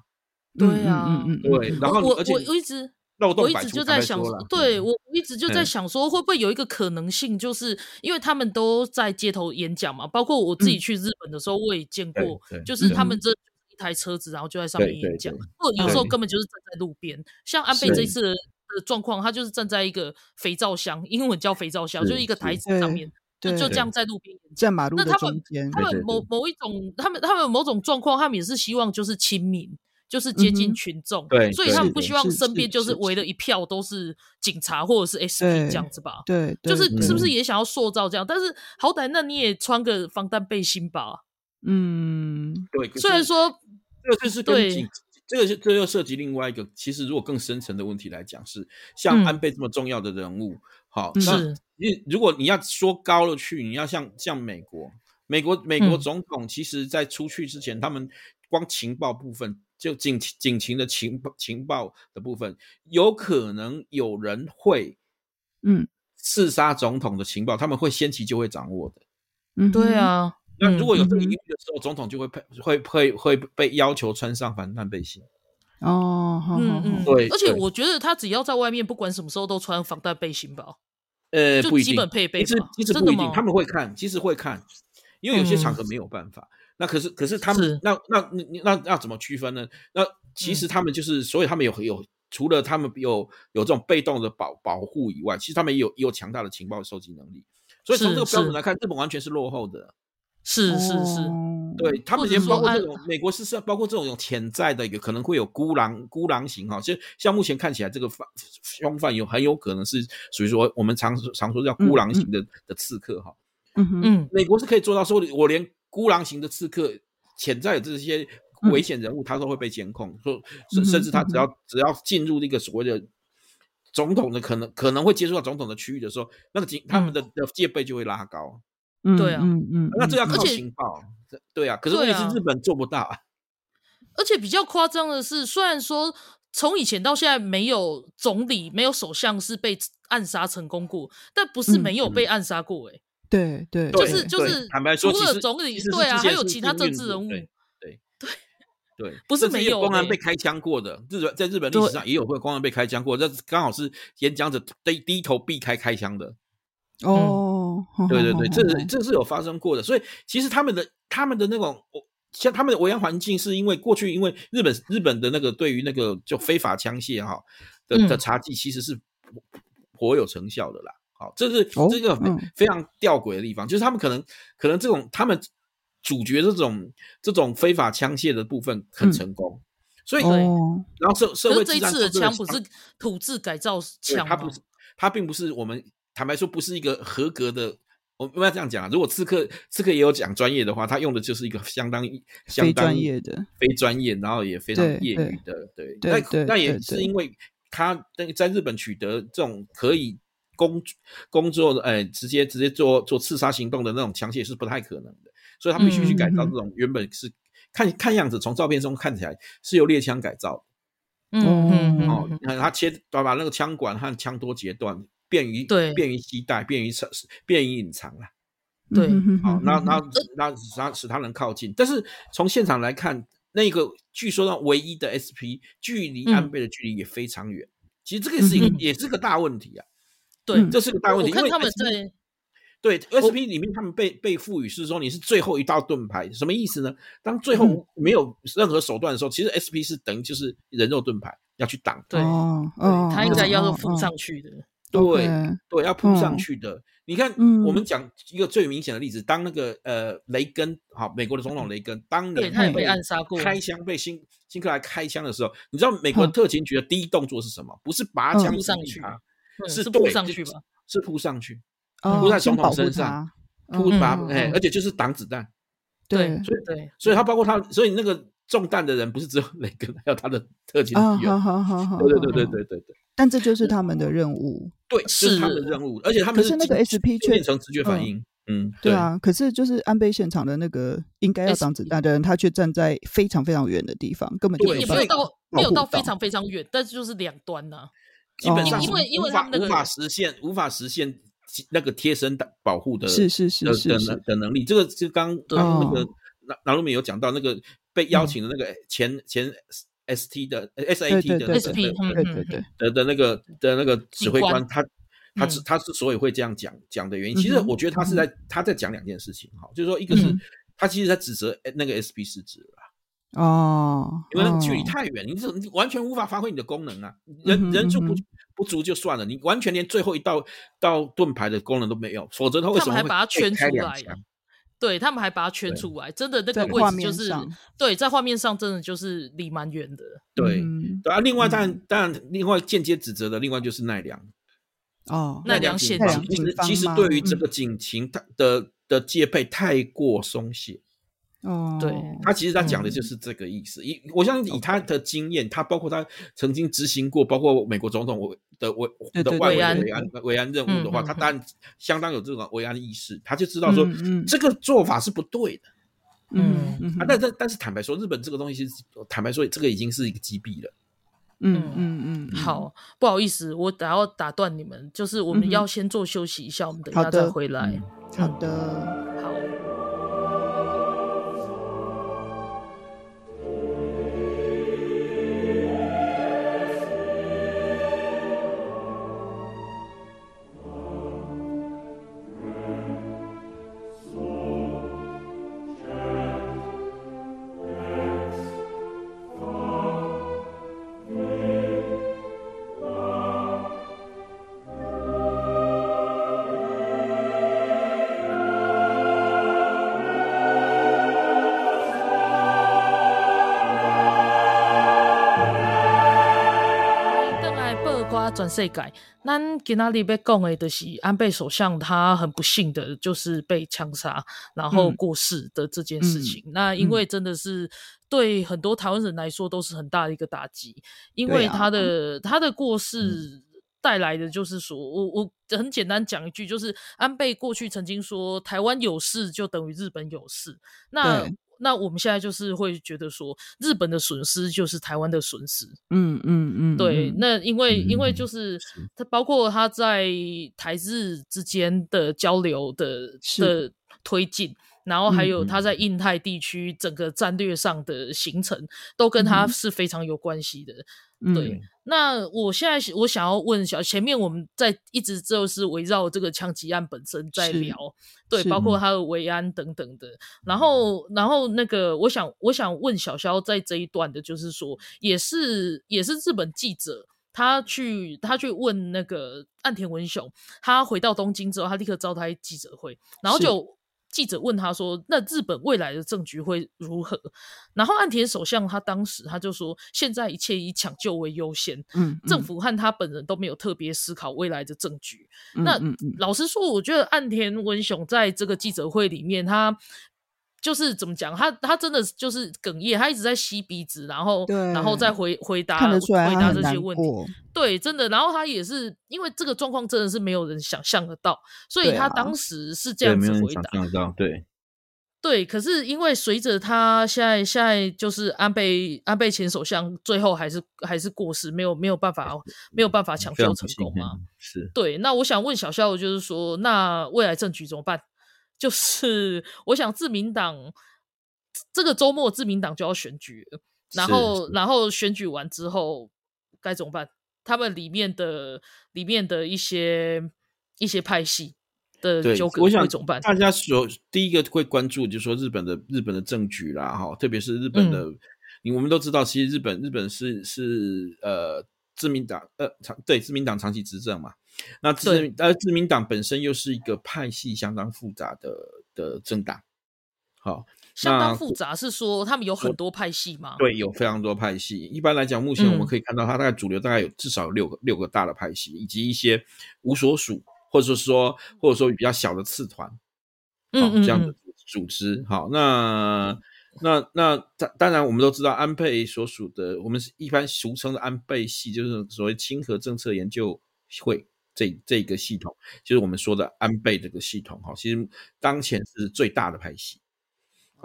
Speaker 1: 对啊
Speaker 2: 嗯嗯嗯嗯
Speaker 3: 对，然后
Speaker 1: 我
Speaker 3: 而且
Speaker 1: 我我一直
Speaker 3: 漏洞
Speaker 1: 我一
Speaker 3: 百
Speaker 1: 直
Speaker 3: 出
Speaker 1: 就
Speaker 3: 坦
Speaker 1: 在
Speaker 3: 白
Speaker 1: 想
Speaker 3: 说
Speaker 1: 说
Speaker 3: 啦，
Speaker 1: 对我一直就在
Speaker 3: 嗯
Speaker 1: 想说，会不会有一个可能性，就是因为他们都在街头演讲嘛，包括我自己
Speaker 2: 嗯
Speaker 1: 去日本的时候，我也见
Speaker 3: 对
Speaker 1: 过
Speaker 3: 对，
Speaker 1: 就是
Speaker 2: 嗯
Speaker 1: 他们这一台车子，然后就在上
Speaker 3: 对
Speaker 1: 面演
Speaker 3: 对
Speaker 1: 讲
Speaker 3: 对，
Speaker 1: 或者有时候
Speaker 3: 对
Speaker 1: 根本就是站在路边，像安倍
Speaker 3: 是
Speaker 1: 这一次的的状况，他就是站在一个肥皂箱，英文叫肥皂箱，
Speaker 3: 是
Speaker 1: 就是一个
Speaker 3: 是
Speaker 1: 台子上
Speaker 2: 对
Speaker 1: 面，就
Speaker 2: 对
Speaker 1: 就这样在路边演讲。
Speaker 2: 在马路
Speaker 1: 那
Speaker 2: 的
Speaker 1: 他们
Speaker 2: 中间，
Speaker 1: 他
Speaker 3: 对
Speaker 1: 们
Speaker 3: 对
Speaker 1: 某
Speaker 3: 对
Speaker 1: 某一种，他们他们某种状况，他们也是希望就是亲民，就是接
Speaker 2: 嗯
Speaker 1: 近
Speaker 2: 哼
Speaker 1: 群众，
Speaker 3: 对
Speaker 1: 所以
Speaker 3: 对
Speaker 1: 他们
Speaker 3: 对
Speaker 1: 不希望
Speaker 2: 是
Speaker 1: 身边
Speaker 2: 是
Speaker 1: 就是
Speaker 2: 是
Speaker 1: 围了一票都是警察或者是 SP
Speaker 2: 对
Speaker 1: 这样子吧。
Speaker 2: 对，
Speaker 1: 就
Speaker 2: 对
Speaker 1: 是是不是
Speaker 3: 嗯
Speaker 2: 对
Speaker 1: 也想要塑造这样？但是好歹那你也穿个防弹背心吧。
Speaker 2: 嗯
Speaker 3: 对，可
Speaker 1: 虽然
Speaker 3: 是
Speaker 1: 说
Speaker 3: 这个就是跟
Speaker 1: 对
Speaker 3: 警。这个是这又涉及另外一个，其实如果更深层的问题来讲是，像
Speaker 1: 嗯
Speaker 3: 安倍这么重要的人物，好、
Speaker 5: 嗯
Speaker 3: 那
Speaker 1: 是
Speaker 3: 你如果你要说高了去，你要像像美国，美国美国
Speaker 1: 嗯
Speaker 3: 总统其实在出去之前，他们光情报部分就警警情的情报情报的部分，有可能有人会
Speaker 2: 嗯
Speaker 3: 刺杀总统的情报，他们会先期就会掌握的。
Speaker 2: 嗯，
Speaker 1: 对，啊，
Speaker 3: 那
Speaker 1: 嗯
Speaker 3: 如果有这个疑虑的时候，总统就会配会会会被要求穿上防弹背心。
Speaker 2: 哦，好好
Speaker 1: 嗯
Speaker 2: 好
Speaker 1: 嗯，
Speaker 3: 对
Speaker 1: 而且
Speaker 3: 对
Speaker 1: 我觉得他只要在外面，不管什么时候都穿防弹背心吧。
Speaker 3: 呃，
Speaker 1: 就
Speaker 3: 不一
Speaker 1: 基
Speaker 3: 定
Speaker 1: 本配备
Speaker 3: 其实
Speaker 1: 吧
Speaker 3: 其实
Speaker 1: 真
Speaker 3: 不
Speaker 1: 的
Speaker 3: 一定
Speaker 1: 吗，
Speaker 3: 他们会看，其实会看，因为有些场
Speaker 1: 嗯
Speaker 3: 合没有办法。那可是可是他们
Speaker 1: 是嗯
Speaker 3: 那那那那那怎么区分呢？那其实他们就是，所以他们有有除了他们有有这种被动的保保护以外，其实他们也有也有强大的情报收集能力。所以从
Speaker 1: 是
Speaker 3: 这个标准
Speaker 1: 是
Speaker 3: 来看，日本完全是落后的。
Speaker 1: 是是是，
Speaker 2: 哦
Speaker 3: 对他
Speaker 1: 或
Speaker 3: 们
Speaker 1: 者
Speaker 3: 连
Speaker 1: 说
Speaker 3: 包
Speaker 1: 啊
Speaker 3: 括
Speaker 1: 安
Speaker 3: 这种美国是是包括这种有潜在的，有可能会有孤狼孤狼型哈，就像目前看起来这个犯凶犯有很有可能是属于说我们常常说叫孤狼型的、的刺客哈，
Speaker 2: 嗯哼
Speaker 1: 嗯，
Speaker 3: 美国是可以做到说我连孤狼型的刺客潜在的这些危险人物他都会被监控，说甚
Speaker 2: 嗯哼
Speaker 3: 甚至他只要、只要进入那个所谓的。总统的可能可能会接触到总统的区域的时候，那个警他们的的戒备就会拉高，
Speaker 2: 嗯
Speaker 1: 对啊
Speaker 2: 嗯嗯，
Speaker 3: 那这要靠
Speaker 1: 而且
Speaker 3: 情报，对啊。可是问
Speaker 1: 对
Speaker 3: 题是
Speaker 1: 啊
Speaker 3: 日本做不到啊，
Speaker 1: 而且比较夸张的是，虽然说从以前到现在没有总理、没有首相是被暗杀成功过，但不是
Speaker 2: 嗯
Speaker 1: 没有被暗杀过、欸，
Speaker 2: 对对，
Speaker 1: 就
Speaker 3: 对
Speaker 1: 是就
Speaker 3: 对
Speaker 1: 是
Speaker 3: 坦白说，
Speaker 1: 除
Speaker 3: 其
Speaker 1: 了
Speaker 3: 实
Speaker 1: 总理
Speaker 3: 其实是
Speaker 1: 对啊
Speaker 3: 之前
Speaker 1: 还有
Speaker 3: 是
Speaker 1: 其他
Speaker 3: 幸
Speaker 1: 政
Speaker 3: 运
Speaker 1: 治
Speaker 3: 的
Speaker 1: 人物
Speaker 3: 对对对，
Speaker 1: 不是
Speaker 3: 甚至
Speaker 1: 没
Speaker 3: 也
Speaker 1: 有
Speaker 3: 公然
Speaker 1: 的欸
Speaker 3: 被开枪过的，日本在日本历史上也有会公然被开枪过，这刚好是演讲者低低头避开开枪的，
Speaker 2: 哦，好
Speaker 3: 对
Speaker 2: 好
Speaker 3: 对
Speaker 2: 好
Speaker 3: 对，
Speaker 2: 好
Speaker 3: 这
Speaker 2: 好
Speaker 3: 是这是有发生过的，所以其实他们的他们的那种。像他们的维安环境，是因为过去因为日本日本的那个对于那个就非法枪械哈的的
Speaker 1: 嗯
Speaker 3: 查缉，其实是颇有成效的啦。好，这是
Speaker 2: 哦
Speaker 3: 这个非
Speaker 2: 嗯
Speaker 3: 非常吊诡的地方，就是他们可能可能这种他们主角这种这种非法枪械的部分很
Speaker 2: 嗯
Speaker 3: 成功，所以
Speaker 2: 哦，
Speaker 3: 然后社社
Speaker 1: 可是
Speaker 3: 会
Speaker 1: 这
Speaker 3: 治
Speaker 1: 一
Speaker 3: 安
Speaker 1: 次的
Speaker 3: 做得
Speaker 1: 枪不
Speaker 3: 相
Speaker 1: 是土制改造
Speaker 3: 对
Speaker 1: 枪
Speaker 3: 它
Speaker 1: 吗？
Speaker 3: 不是，它并不是我们坦白说不是一个合格的。我们要这样讲啊，如果刺客刺客也有讲专业的话，他用的就是一个相当相
Speaker 2: 非
Speaker 3: 当
Speaker 2: 专业的，
Speaker 3: 非专业，然后也非常
Speaker 2: 对
Speaker 3: 业
Speaker 2: 对
Speaker 3: 余的，对，
Speaker 2: 对
Speaker 3: 但
Speaker 2: 对
Speaker 3: 但也
Speaker 2: 对
Speaker 3: 是
Speaker 2: 对
Speaker 3: 因为他在在日本取得这种可以工工作的，呃，直接直接做做刺杀行动的那种枪械是不太可能的，所以他必须去改造
Speaker 2: 嗯
Speaker 3: 这种原本是、看看样子从照片中看起来是由猎枪改造的
Speaker 1: 嗯嗯嗯
Speaker 3: 哦
Speaker 1: 嗯，
Speaker 3: 你看他切把把那个枪管和枪托截断，便于
Speaker 1: 对
Speaker 3: 便于携带，便于藏便于隐藏啦。
Speaker 1: 对
Speaker 2: 嗯哼
Speaker 3: 好、
Speaker 2: 哼
Speaker 3: 那
Speaker 2: 哼
Speaker 3: 那那那使他能靠近。但是从现场来看，那个据说呢，唯一的 SP 距离
Speaker 1: 嗯
Speaker 3: 安倍的距离也非常远。其实这个是一个、
Speaker 1: 嗯
Speaker 3: 也是个大问题啊，
Speaker 1: 对，
Speaker 2: 嗯
Speaker 3: 这是个大问
Speaker 1: 我
Speaker 3: 题。因
Speaker 1: 看
Speaker 3: 为
Speaker 1: 他们
Speaker 3: SP
Speaker 1: 在
Speaker 3: 对 SP 里面，他们被被赋予是说你是最后一道盾牌，什么意思呢？当最
Speaker 1: 嗯
Speaker 3: 后没有任何手段的时候，其实 SP 是等于就是人肉盾牌要去挡。
Speaker 1: 对，
Speaker 2: 哦哦，
Speaker 1: 他应该要
Speaker 2: 哦
Speaker 1: 是附上去的，
Speaker 3: 对，
Speaker 2: OK
Speaker 3: 对，要扑上
Speaker 2: 嗯
Speaker 3: 去的。你看，
Speaker 2: 嗯
Speaker 3: 我们讲一个最明显的例子，当那个呃雷根，好，美国的总统雷根，当
Speaker 1: 对，
Speaker 3: 年
Speaker 1: 他也
Speaker 2: 嗯
Speaker 1: 被暗杀过，
Speaker 3: 开枪被辛辛克莱开枪的时候，你知道美国
Speaker 2: 嗯
Speaker 3: 特勤局的第一动作是什么？不是拔
Speaker 2: 嗯
Speaker 3: 枪
Speaker 1: 扑上
Speaker 3: 击
Speaker 1: 去
Speaker 3: 他
Speaker 1: 嗯
Speaker 3: 是
Speaker 1: 是
Speaker 3: 对
Speaker 1: 扑上
Speaker 3: 就
Speaker 1: 去吧？
Speaker 3: 是扑上去，
Speaker 2: 哦
Speaker 3: 扑在
Speaker 2: 先
Speaker 3: 总统
Speaker 2: 保护
Speaker 3: 身上
Speaker 2: 他
Speaker 3: 扑
Speaker 2: 嗯
Speaker 3: 拔，
Speaker 2: 嗯
Speaker 3: 哎
Speaker 2: 嗯，
Speaker 3: 而且就是挡子弹，
Speaker 2: 对
Speaker 3: 所以
Speaker 1: 对，
Speaker 3: 所以他包括他，所以那个中弹的人不是只有雷根，还有他的特勤
Speaker 2: 啊，
Speaker 3: 局
Speaker 2: 好
Speaker 3: 员。
Speaker 2: 好好好，
Speaker 3: 对对对
Speaker 2: 好
Speaker 3: 对，
Speaker 2: 好
Speaker 3: 对对对，
Speaker 2: 但这就是他们的任务，
Speaker 3: 对，这是他们的
Speaker 1: 是
Speaker 3: 任务，而且他
Speaker 2: 可
Speaker 3: 们
Speaker 2: 是那个
Speaker 3: 直
Speaker 2: SP
Speaker 3: 训练
Speaker 2: 却
Speaker 3: 成直觉反
Speaker 2: 嗯
Speaker 3: 应，嗯，
Speaker 2: 对啊。可是就是安倍现场的那个应该要
Speaker 1: SP
Speaker 2: 挡子弹的人，他却站在非常非常远的地方，根本就
Speaker 3: 对
Speaker 1: 也
Speaker 2: 办
Speaker 1: 没有
Speaker 3: 所以
Speaker 2: 法
Speaker 1: 到没有
Speaker 2: 保护
Speaker 1: 到非
Speaker 2: 到
Speaker 1: 常非常远，但是就是两端呐、
Speaker 3: 基本上
Speaker 2: 哦
Speaker 3: 是
Speaker 1: 因为因为
Speaker 3: 无
Speaker 1: 他
Speaker 3: 法
Speaker 1: 们那个
Speaker 3: 无法实现无法实现那个贴身的保护的，
Speaker 2: 是是是
Speaker 3: 的
Speaker 2: 是
Speaker 3: 的
Speaker 2: 是
Speaker 3: 能的能力。这个就刚
Speaker 1: 对
Speaker 3: 刚那个
Speaker 2: 哦嗯
Speaker 3: 南南路美有讲到那个被邀请的那个前前 ST 的 SAT
Speaker 2: 对
Speaker 3: 的
Speaker 2: 对
Speaker 1: SP
Speaker 3: 的
Speaker 1: 嗯
Speaker 2: 对对对，
Speaker 3: 的的那个的那个指挥官
Speaker 1: 官
Speaker 3: 他。他之
Speaker 1: 嗯
Speaker 3: 他之所以会这样讲讲的原因，其实
Speaker 2: 嗯哼
Speaker 3: 我觉得他是在他在讲两件事情哈，就是说一个是
Speaker 2: 嗯
Speaker 3: 他其实在指责呃那个 SP 失职了。
Speaker 2: 哦，
Speaker 3: 因为那个距离
Speaker 2: 哦
Speaker 3: 太远，你这你完全无法发挥你的功能啊！人、
Speaker 2: 嗯哼
Speaker 3: 人数不
Speaker 2: 嗯哼
Speaker 3: 不足就算了，你完全连最后一道道盾牌的功能都没有，否则他为
Speaker 1: 他
Speaker 3: 什
Speaker 1: 们
Speaker 3: 么
Speaker 1: 还
Speaker 3: 会
Speaker 1: 把它
Speaker 3: 会
Speaker 1: 圈
Speaker 3: 开
Speaker 1: 出
Speaker 3: 两
Speaker 1: 来
Speaker 3: 枪？
Speaker 1: 对他们还把它圈出来，真的那个
Speaker 2: 在
Speaker 1: 位
Speaker 2: 画
Speaker 1: 置
Speaker 2: 面
Speaker 1: 就是
Speaker 2: 上，
Speaker 1: 对，在画面上真的就是离蛮远的。
Speaker 3: 对、
Speaker 2: 嗯
Speaker 3: 对啊，另外当然、当然，另外间接指责的，另外就是奈良
Speaker 2: 哦，
Speaker 1: 奈良
Speaker 3: 警
Speaker 1: 县
Speaker 3: 方
Speaker 2: 长
Speaker 3: 其
Speaker 2: 警
Speaker 3: 实
Speaker 2: 方
Speaker 3: 其实
Speaker 2: 吗
Speaker 3: 对于这
Speaker 2: 嗯
Speaker 3: 个警情它的的戒备太过松懈，
Speaker 2: 哦，
Speaker 1: 对
Speaker 3: 他其实他
Speaker 1: 嗯
Speaker 3: 讲的就是这个意思。以我相信以他的经验，他包括他曾经执行过，包括美国总统我的我
Speaker 2: 对
Speaker 3: 的
Speaker 2: 对
Speaker 3: 外围
Speaker 1: 维安
Speaker 3: 的维安维安任务的话，
Speaker 1: 嗯嗯
Speaker 3: 他当然相当有这种维安意识，他就知道说
Speaker 2: 嗯嗯
Speaker 3: 这个做法是不对的。
Speaker 2: 嗯嗯
Speaker 3: 啊，但但但是坦白说，日本这个东西其实坦白说，这个已经是一个击毙了。
Speaker 2: 嗯嗯嗯，
Speaker 1: 好，不好意思，我打要打断你们，就是我
Speaker 2: 嗯
Speaker 1: 们
Speaker 2: 哼
Speaker 1: 要先做休息一下，我们等一
Speaker 2: 好
Speaker 1: 下
Speaker 2: 的嗯
Speaker 1: 再回来。
Speaker 2: 好的，
Speaker 1: 好。邓来八卦转世界，咱今仔日要讲的，就是安倍首相他很不幸的，就是被枪杀然后
Speaker 2: 嗯
Speaker 1: 过世的这件事情。那因为真的是对很多台湾人来说都是很大的一个打击，因
Speaker 2: 对
Speaker 1: 为
Speaker 2: 啊嗯
Speaker 1: 他的、他的过世。带来的就是说，我我很简单讲一句，就是安倍过去曾经说，台湾有事就等于日本有事，那
Speaker 2: 对
Speaker 1: 那我们现在就是会觉得说，日本的损失就是台湾的损失，
Speaker 2: 嗯嗯嗯，
Speaker 1: 对，那因为因为
Speaker 3: 嗯
Speaker 1: 就是他包括他在台日之间的交流的
Speaker 2: 是
Speaker 1: 的推进，然后还有
Speaker 3: 嗯
Speaker 1: 他在印太地区整个战略上的形成，都跟他
Speaker 2: 嗯
Speaker 1: 是非常有关系的。
Speaker 2: 那
Speaker 1: 对，那我现在是我想要问小，前面我们在一直就是围绕这个枪击案本身在
Speaker 2: 是
Speaker 1: 聊，对，
Speaker 2: 是嗯
Speaker 1: 包括他的维安等等的。然后，然后那个，我想我想问小肖，在这一段的，就是说，也是也是日本记者。他去，他去问那个岸田文雄，他回到东京之后，他立刻召开记者会，然后
Speaker 2: 是
Speaker 1: 就记者问他说：“那日本未来的政局会如何？”然后岸田首相他当时他就说，现在一切以抢救为优先，
Speaker 2: 嗯
Speaker 1: 政府和他本人都没有特别思考未来的政局。那
Speaker 2: 嗯嗯
Speaker 1: 老实说，我觉得岸田文雄在这个记者会里面，他就是怎么讲，他他真的就是哽咽，他一直在吸鼻子，然后
Speaker 2: 对
Speaker 1: 然后再回回答
Speaker 2: 看得出来
Speaker 1: 啊回
Speaker 2: 他
Speaker 1: 答
Speaker 2: 很
Speaker 1: 这
Speaker 2: 难
Speaker 1: 些问题。
Speaker 2: 过，
Speaker 1: 对，真的。然后他也是因为这个状况真的是没有人想象得到，所以
Speaker 2: 对
Speaker 1: 他
Speaker 2: 啊
Speaker 1: 当时是这
Speaker 3: 对，
Speaker 1: 样
Speaker 3: 没
Speaker 1: 子
Speaker 3: 有人
Speaker 1: 回
Speaker 3: 想
Speaker 1: 答。
Speaker 3: 象到，对，
Speaker 1: 对，可是因为随着他现在现在就是安倍安倍前首相最后还是还是过世，没有没有办法没有办法抢
Speaker 3: 嗯非
Speaker 1: 救
Speaker 3: 常不
Speaker 1: 成
Speaker 3: 幸
Speaker 1: 功嘛。
Speaker 3: 嗯是。
Speaker 1: 对，那我想问小肖，就是说，那未来政局怎么办？ <laughs> 就是我想自民党这个周末自民党就要选举了，然
Speaker 3: 是
Speaker 1: 后
Speaker 3: 是
Speaker 1: 然后选举完之后该怎么办？他们里面的里面的一些一些派系的
Speaker 3: 对
Speaker 1: 纠，葛
Speaker 3: 我想
Speaker 1: 会怎么办？
Speaker 3: 大家所第一个会关注，就是说日本的日本的政局啦，哈，特别是日本
Speaker 1: 嗯
Speaker 3: 的，你我们都知道，其实日本日本是是呃自民党呃长对自民党长期执政嘛，那自
Speaker 1: 对
Speaker 3: 呃自民党本身又是一个派系相当复杂的的政
Speaker 1: 嗯
Speaker 3: 党，好、
Speaker 1: 相当
Speaker 3: 那
Speaker 1: 复杂，是说他们有很多派系吗？
Speaker 3: 对，有非常多派系。一般来讲，目前我
Speaker 1: 嗯
Speaker 3: 们可以看到，它大概主流大概有至少有六个六个大的派系，以及一些无所属，或者说或者说比较小的次团，
Speaker 1: 嗯
Speaker 3: 好
Speaker 1: 嗯
Speaker 3: 哦这样的
Speaker 1: 嗯
Speaker 3: 组组织。好，那那那当当然，我们都知道安倍所属的，我们是一般俗称的安倍系，就是所谓亲和政策研究会这这个系统，就是我们说的安倍这个系统。哈，其实当前是最大的派系。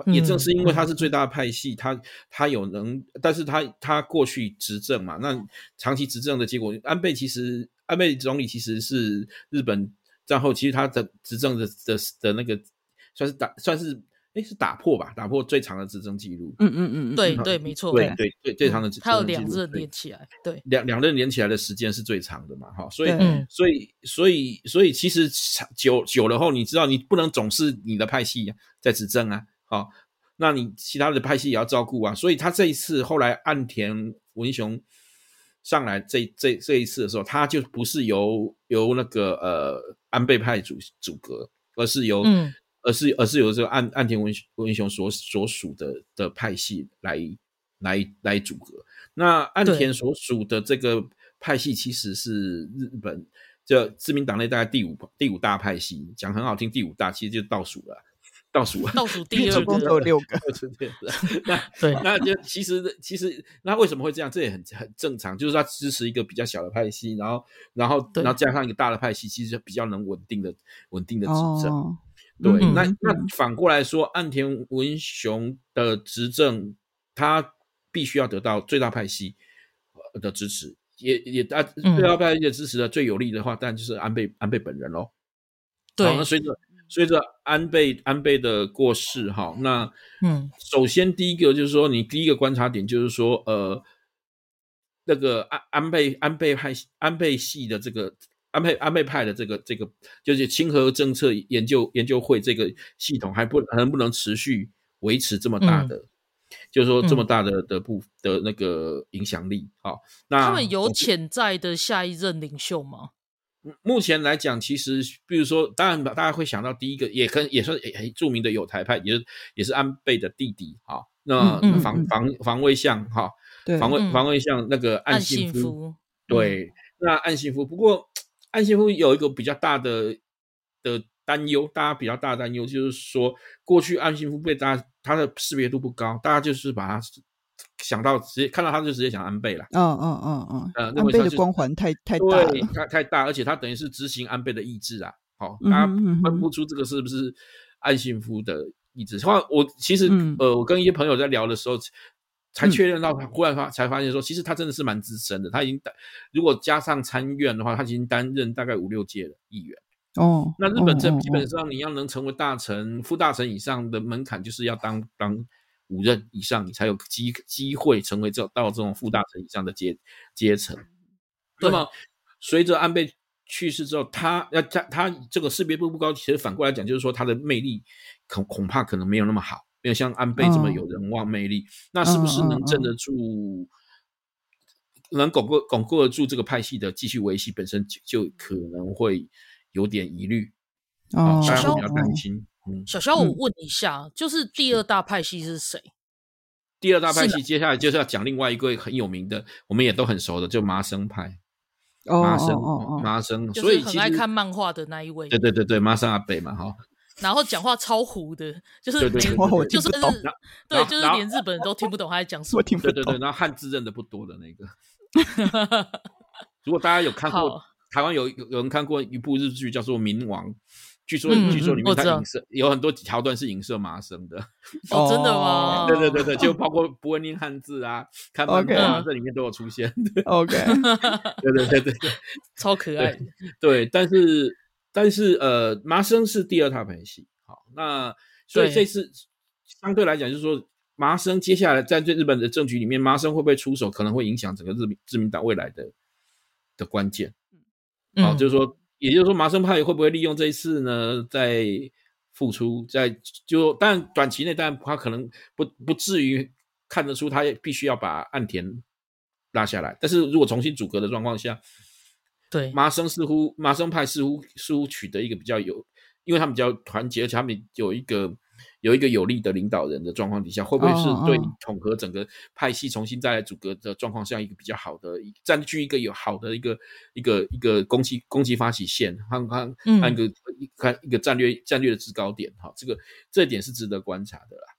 Speaker 3: 也正是因为他是最大的派系，他他有能，但是他他过去执政嘛，那长期执政的结果，安倍其实安倍总理其实是日本战后，其实他的执政的的的那个算是打算是诶是打破吧，打破最长的执政记录。
Speaker 2: 嗯嗯嗯，
Speaker 1: 对对，没错，
Speaker 3: 对对对，最长的
Speaker 1: 嗯
Speaker 3: 执
Speaker 1: 他有
Speaker 3: 政记
Speaker 1: 两
Speaker 3: 录
Speaker 1: 任
Speaker 3: 对
Speaker 1: 连起来，对，
Speaker 3: 两两任连起来的时间是最长的嘛，哈，所以
Speaker 2: 对
Speaker 1: 嗯
Speaker 3: 所以所以所以其实长久久了后，你知道你不能总是你的派系在执政啊，好、那你其他的派系也要照顾啊，所以他这一次后来岸田文雄上来这这这一次的时候，他就不是由由那个呃安倍派组组阁，而是由、
Speaker 1: 嗯
Speaker 3: 而是而是由这个岸岸田文雄文雄所所属的的派系来来来组阁。那岸
Speaker 1: 对
Speaker 3: 田所属的这个派系其实是日本这自民党内大概第五第五大派系，讲很好听，第五大其实就倒数了。 <laughs> 倒数啊，
Speaker 1: 倒数第
Speaker 2: 总
Speaker 1: 二
Speaker 2: 共只有
Speaker 1: 个，
Speaker 2: 六个。
Speaker 3: 就是这样子。那
Speaker 1: 对
Speaker 3: 那就其实其实那为什么会这样？这也很很正常，就是他支持一个比较小的派系，然后然后
Speaker 1: 对
Speaker 3: 然后加上一个大的派系，其实就比较能稳定的稳定的执政。
Speaker 2: 哦，
Speaker 3: 对，
Speaker 1: 嗯
Speaker 3: 那那反过来说，岸田文雄的执政，他必须要得到最大派系呃的支持，也也啊，
Speaker 1: 嗯
Speaker 3: 最大派系的支持的最有利的话，当然就是安倍安倍本人喽。好那
Speaker 1: 对，
Speaker 3: 随着随着安倍安倍的过世，哈，那
Speaker 1: 嗯
Speaker 3: 首先第一个就是说，你第一个观察点就是说，呃，那个安安倍安倍派系安倍系的这个安倍安倍派的这个这个就是亲和政策研究研究会这个系统还不还不能持续维持这么
Speaker 1: 嗯
Speaker 3: 大的，就是说这么大的、的部的那个影响力啊、好那
Speaker 1: 他们有潜在的下一任领袖吗？
Speaker 3: 目前来讲，其实比如说，当然吧大家会想到第一个，也跟也算也很著名的有台派，也是也是安倍的弟弟啊、那
Speaker 1: 嗯嗯
Speaker 3: 防、
Speaker 2: 嗯
Speaker 3: 防防卫相哈、
Speaker 2: 对，
Speaker 3: 防卫
Speaker 1: 嗯
Speaker 3: 防卫像那个岸
Speaker 1: 岸信
Speaker 3: 信夫，
Speaker 1: 夫，嗯
Speaker 3: 对，那岸信夫。不过岸信夫有一个比较大的的担忧，大家比较大的担忧就是说，过去岸信夫被大家他的识别度不高，大家就是把他想到直接看到他就直接想安倍了。
Speaker 2: 嗯嗯嗯嗯，
Speaker 3: 呃那
Speaker 2: 安
Speaker 3: 么
Speaker 2: 倍
Speaker 3: 像
Speaker 2: 的
Speaker 3: 是
Speaker 2: 光环太太大
Speaker 3: 对，
Speaker 2: 了。
Speaker 3: 太太大，而且他等于是执行安倍的意志啊。好、
Speaker 2: 嗯哼
Speaker 3: 大家
Speaker 2: 嗯哼
Speaker 3: 分不出这个是不是岸信夫的意志。后来我其实、
Speaker 2: 嗯
Speaker 3: 呃，我跟一些朋友在聊的时候，才
Speaker 2: 嗯
Speaker 3: 确认到他，忽然发才发现说，其实他真的是蛮资深的。他已经担，如果加上参院的话，他已经担任大概五六届的议员。
Speaker 2: 哦，
Speaker 3: 那日本这
Speaker 2: 哦哦
Speaker 3: 基本上你要能成为大臣、副大臣以上的门槛，就是要当当五任以上，你才有机机会成为这到这种副大臣以上的阶阶层。那
Speaker 1: 对
Speaker 3: 么随着安倍去世之后，他要他他这个识别度不高，其实反过来讲，就是说他的魅力恐恐怕可能没有那么好，没有像安倍这么
Speaker 2: 嗯
Speaker 3: 有人望魅力。那是不是能镇得住？能巩固巩固得住这个派系的继续维系，本身就就可能会有点疑虑啊，
Speaker 2: 哦，
Speaker 3: 大家
Speaker 1: 稍
Speaker 3: 会比
Speaker 2: 哦
Speaker 3: 较担心。嗯，
Speaker 1: 小肖，我
Speaker 2: 嗯
Speaker 1: 问一下，就是第二大派系是谁？
Speaker 3: 第二大派
Speaker 1: 是
Speaker 3: 系接下来就是要讲另外一个很有名的，我们也都很熟的，就麻生派。
Speaker 2: 哦
Speaker 3: 麻生，
Speaker 2: 哦哦哦，
Speaker 3: 麻生，
Speaker 1: 就
Speaker 3: 所
Speaker 1: 是
Speaker 3: 以其
Speaker 1: 很
Speaker 3: 实
Speaker 1: 爱看漫画的那一位
Speaker 3: 对，对对对，麻生阿北嘛，哈，
Speaker 1: 然后讲话超糊的，就是
Speaker 3: 对
Speaker 1: 连
Speaker 3: 对对
Speaker 2: 哦我
Speaker 1: 就
Speaker 2: 听
Speaker 1: 是 <laughs>
Speaker 2: 不懂
Speaker 1: 对，
Speaker 3: 然后
Speaker 1: 就是
Speaker 3: 然后
Speaker 1: 连日本人都听不懂他在讲什
Speaker 2: 我
Speaker 1: 么。
Speaker 2: 听不
Speaker 3: 对对对，
Speaker 2: 懂。
Speaker 3: 然后汉字认得不多的那个。如果大家有看过
Speaker 1: 好，
Speaker 3: 台湾有有人看过一部日剧叫做《冥王》，据说
Speaker 1: 嗯
Speaker 3: 据说里
Speaker 1: 嗯我
Speaker 3: 面它
Speaker 1: 知道
Speaker 3: 影射有很多条段是影射麻生的，
Speaker 1: 哦，哦真的吗？
Speaker 3: 对对对
Speaker 1: <laughs>
Speaker 3: 对，就包括不会念汉字啊，看漫
Speaker 2: OK
Speaker 3: 画啊这里面都有出现。
Speaker 2: 哦
Speaker 1: 哦
Speaker 2: OK，
Speaker 3: 对对对对对
Speaker 1: 超可爱的。
Speaker 3: 对，但是但是呃，麻生是第二大派系，好，那所以
Speaker 1: 对
Speaker 3: 这次相对来讲就是说。麻生接下来在对日本的政局里面，麻生会不会出手，可能会影响整个日民自民党未来的的关键。好、就是说，也就是说，麻生派会不会利用这一次呢，在付出，在就但短期内，但他可能不不至于看得出他也必须要把岸田拉下来。但是如果重新组阁的状况下，
Speaker 1: 对，
Speaker 3: 麻生似乎麻生派似乎似乎取得一个比较有，因为他们比较团结，而且他们有一个有一个有力的领导人的状况底下，会不会是
Speaker 2: 哦
Speaker 3: 对
Speaker 2: 哦
Speaker 3: 统合整个派系重新再来组阁的状况下一个比较好的，占据一个有好的一个一个一个攻击攻击发起线，看看
Speaker 1: 嗯
Speaker 3: 看一个看一个战略战略的制高点哈，这个这一点是值得观察的啦。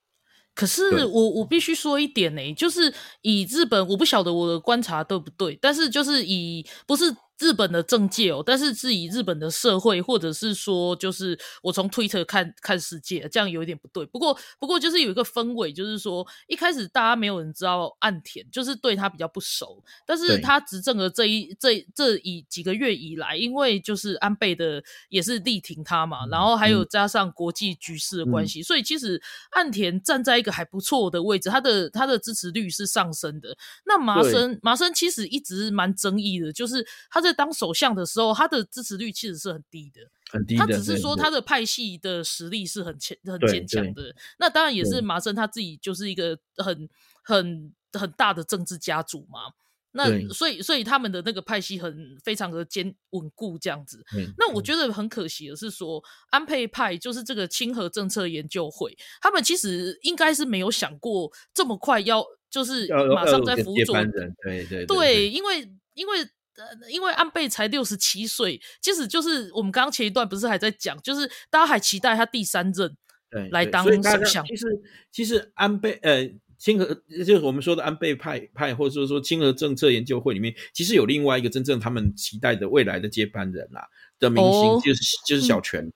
Speaker 1: 可
Speaker 3: 对
Speaker 1: 是我我必须说一点呢、就是以日本，我不晓得我的观察对不对，但是就是以不是日本的政界哦，但是是以日本的社会，或者是说就是我从 Twitter 看看世界，这样有一点不对。不过不过就是有一个氛围，就是说一开始大家没有人知道岸田，就是对他比较不熟，但是
Speaker 3: 对
Speaker 1: 他执政的这一这这一几个月以来，因为就是安倍的也是力挺他嘛，
Speaker 3: 嗯
Speaker 1: 然后还有加上国际局势的关系，所以其实岸田站在一个还不错的位置，他的他的支持率是上升的。那麻
Speaker 3: 对
Speaker 1: 生麻生其实一直蛮争议的，就是他在当首相的时候，他的支持率其实是很低的。
Speaker 3: 很低的，
Speaker 1: 他只是
Speaker 3: 对
Speaker 1: 说
Speaker 3: 对
Speaker 1: 他的派系的实力是很坚很
Speaker 3: 对
Speaker 1: 坚强的。那当然也是麻生他自己就是一个很很很大的政治家族嘛。那
Speaker 3: 对
Speaker 1: 所以所以他们的那个派系很非常的坚稳固这样子。
Speaker 3: 嗯
Speaker 1: 那我觉得很可惜的是说，安倍派就是这个亲和政策研究会，他们其实应该是没有想过这么快要就是
Speaker 3: 要要
Speaker 1: 马上
Speaker 3: 有
Speaker 1: 在
Speaker 3: 个
Speaker 1: 辅
Speaker 3: 呃接
Speaker 1: 佐
Speaker 3: 班人，对对
Speaker 1: 对，因为因为呃，因为安倍才六十七岁，其实就是我们刚刚前一段不是还在讲，就是大家还期待他第三任。
Speaker 3: 对，
Speaker 1: 来
Speaker 3: 对
Speaker 1: 当
Speaker 3: 所以大
Speaker 1: 首
Speaker 3: 家
Speaker 1: 相
Speaker 3: 其实其实安倍呃亲和就是我们说的安倍派派，或者说亲和政策研究会里面，其实有另外一个真正他们期待的未来的接班人啦、的明星，
Speaker 1: 哦
Speaker 3: 就是就是小泉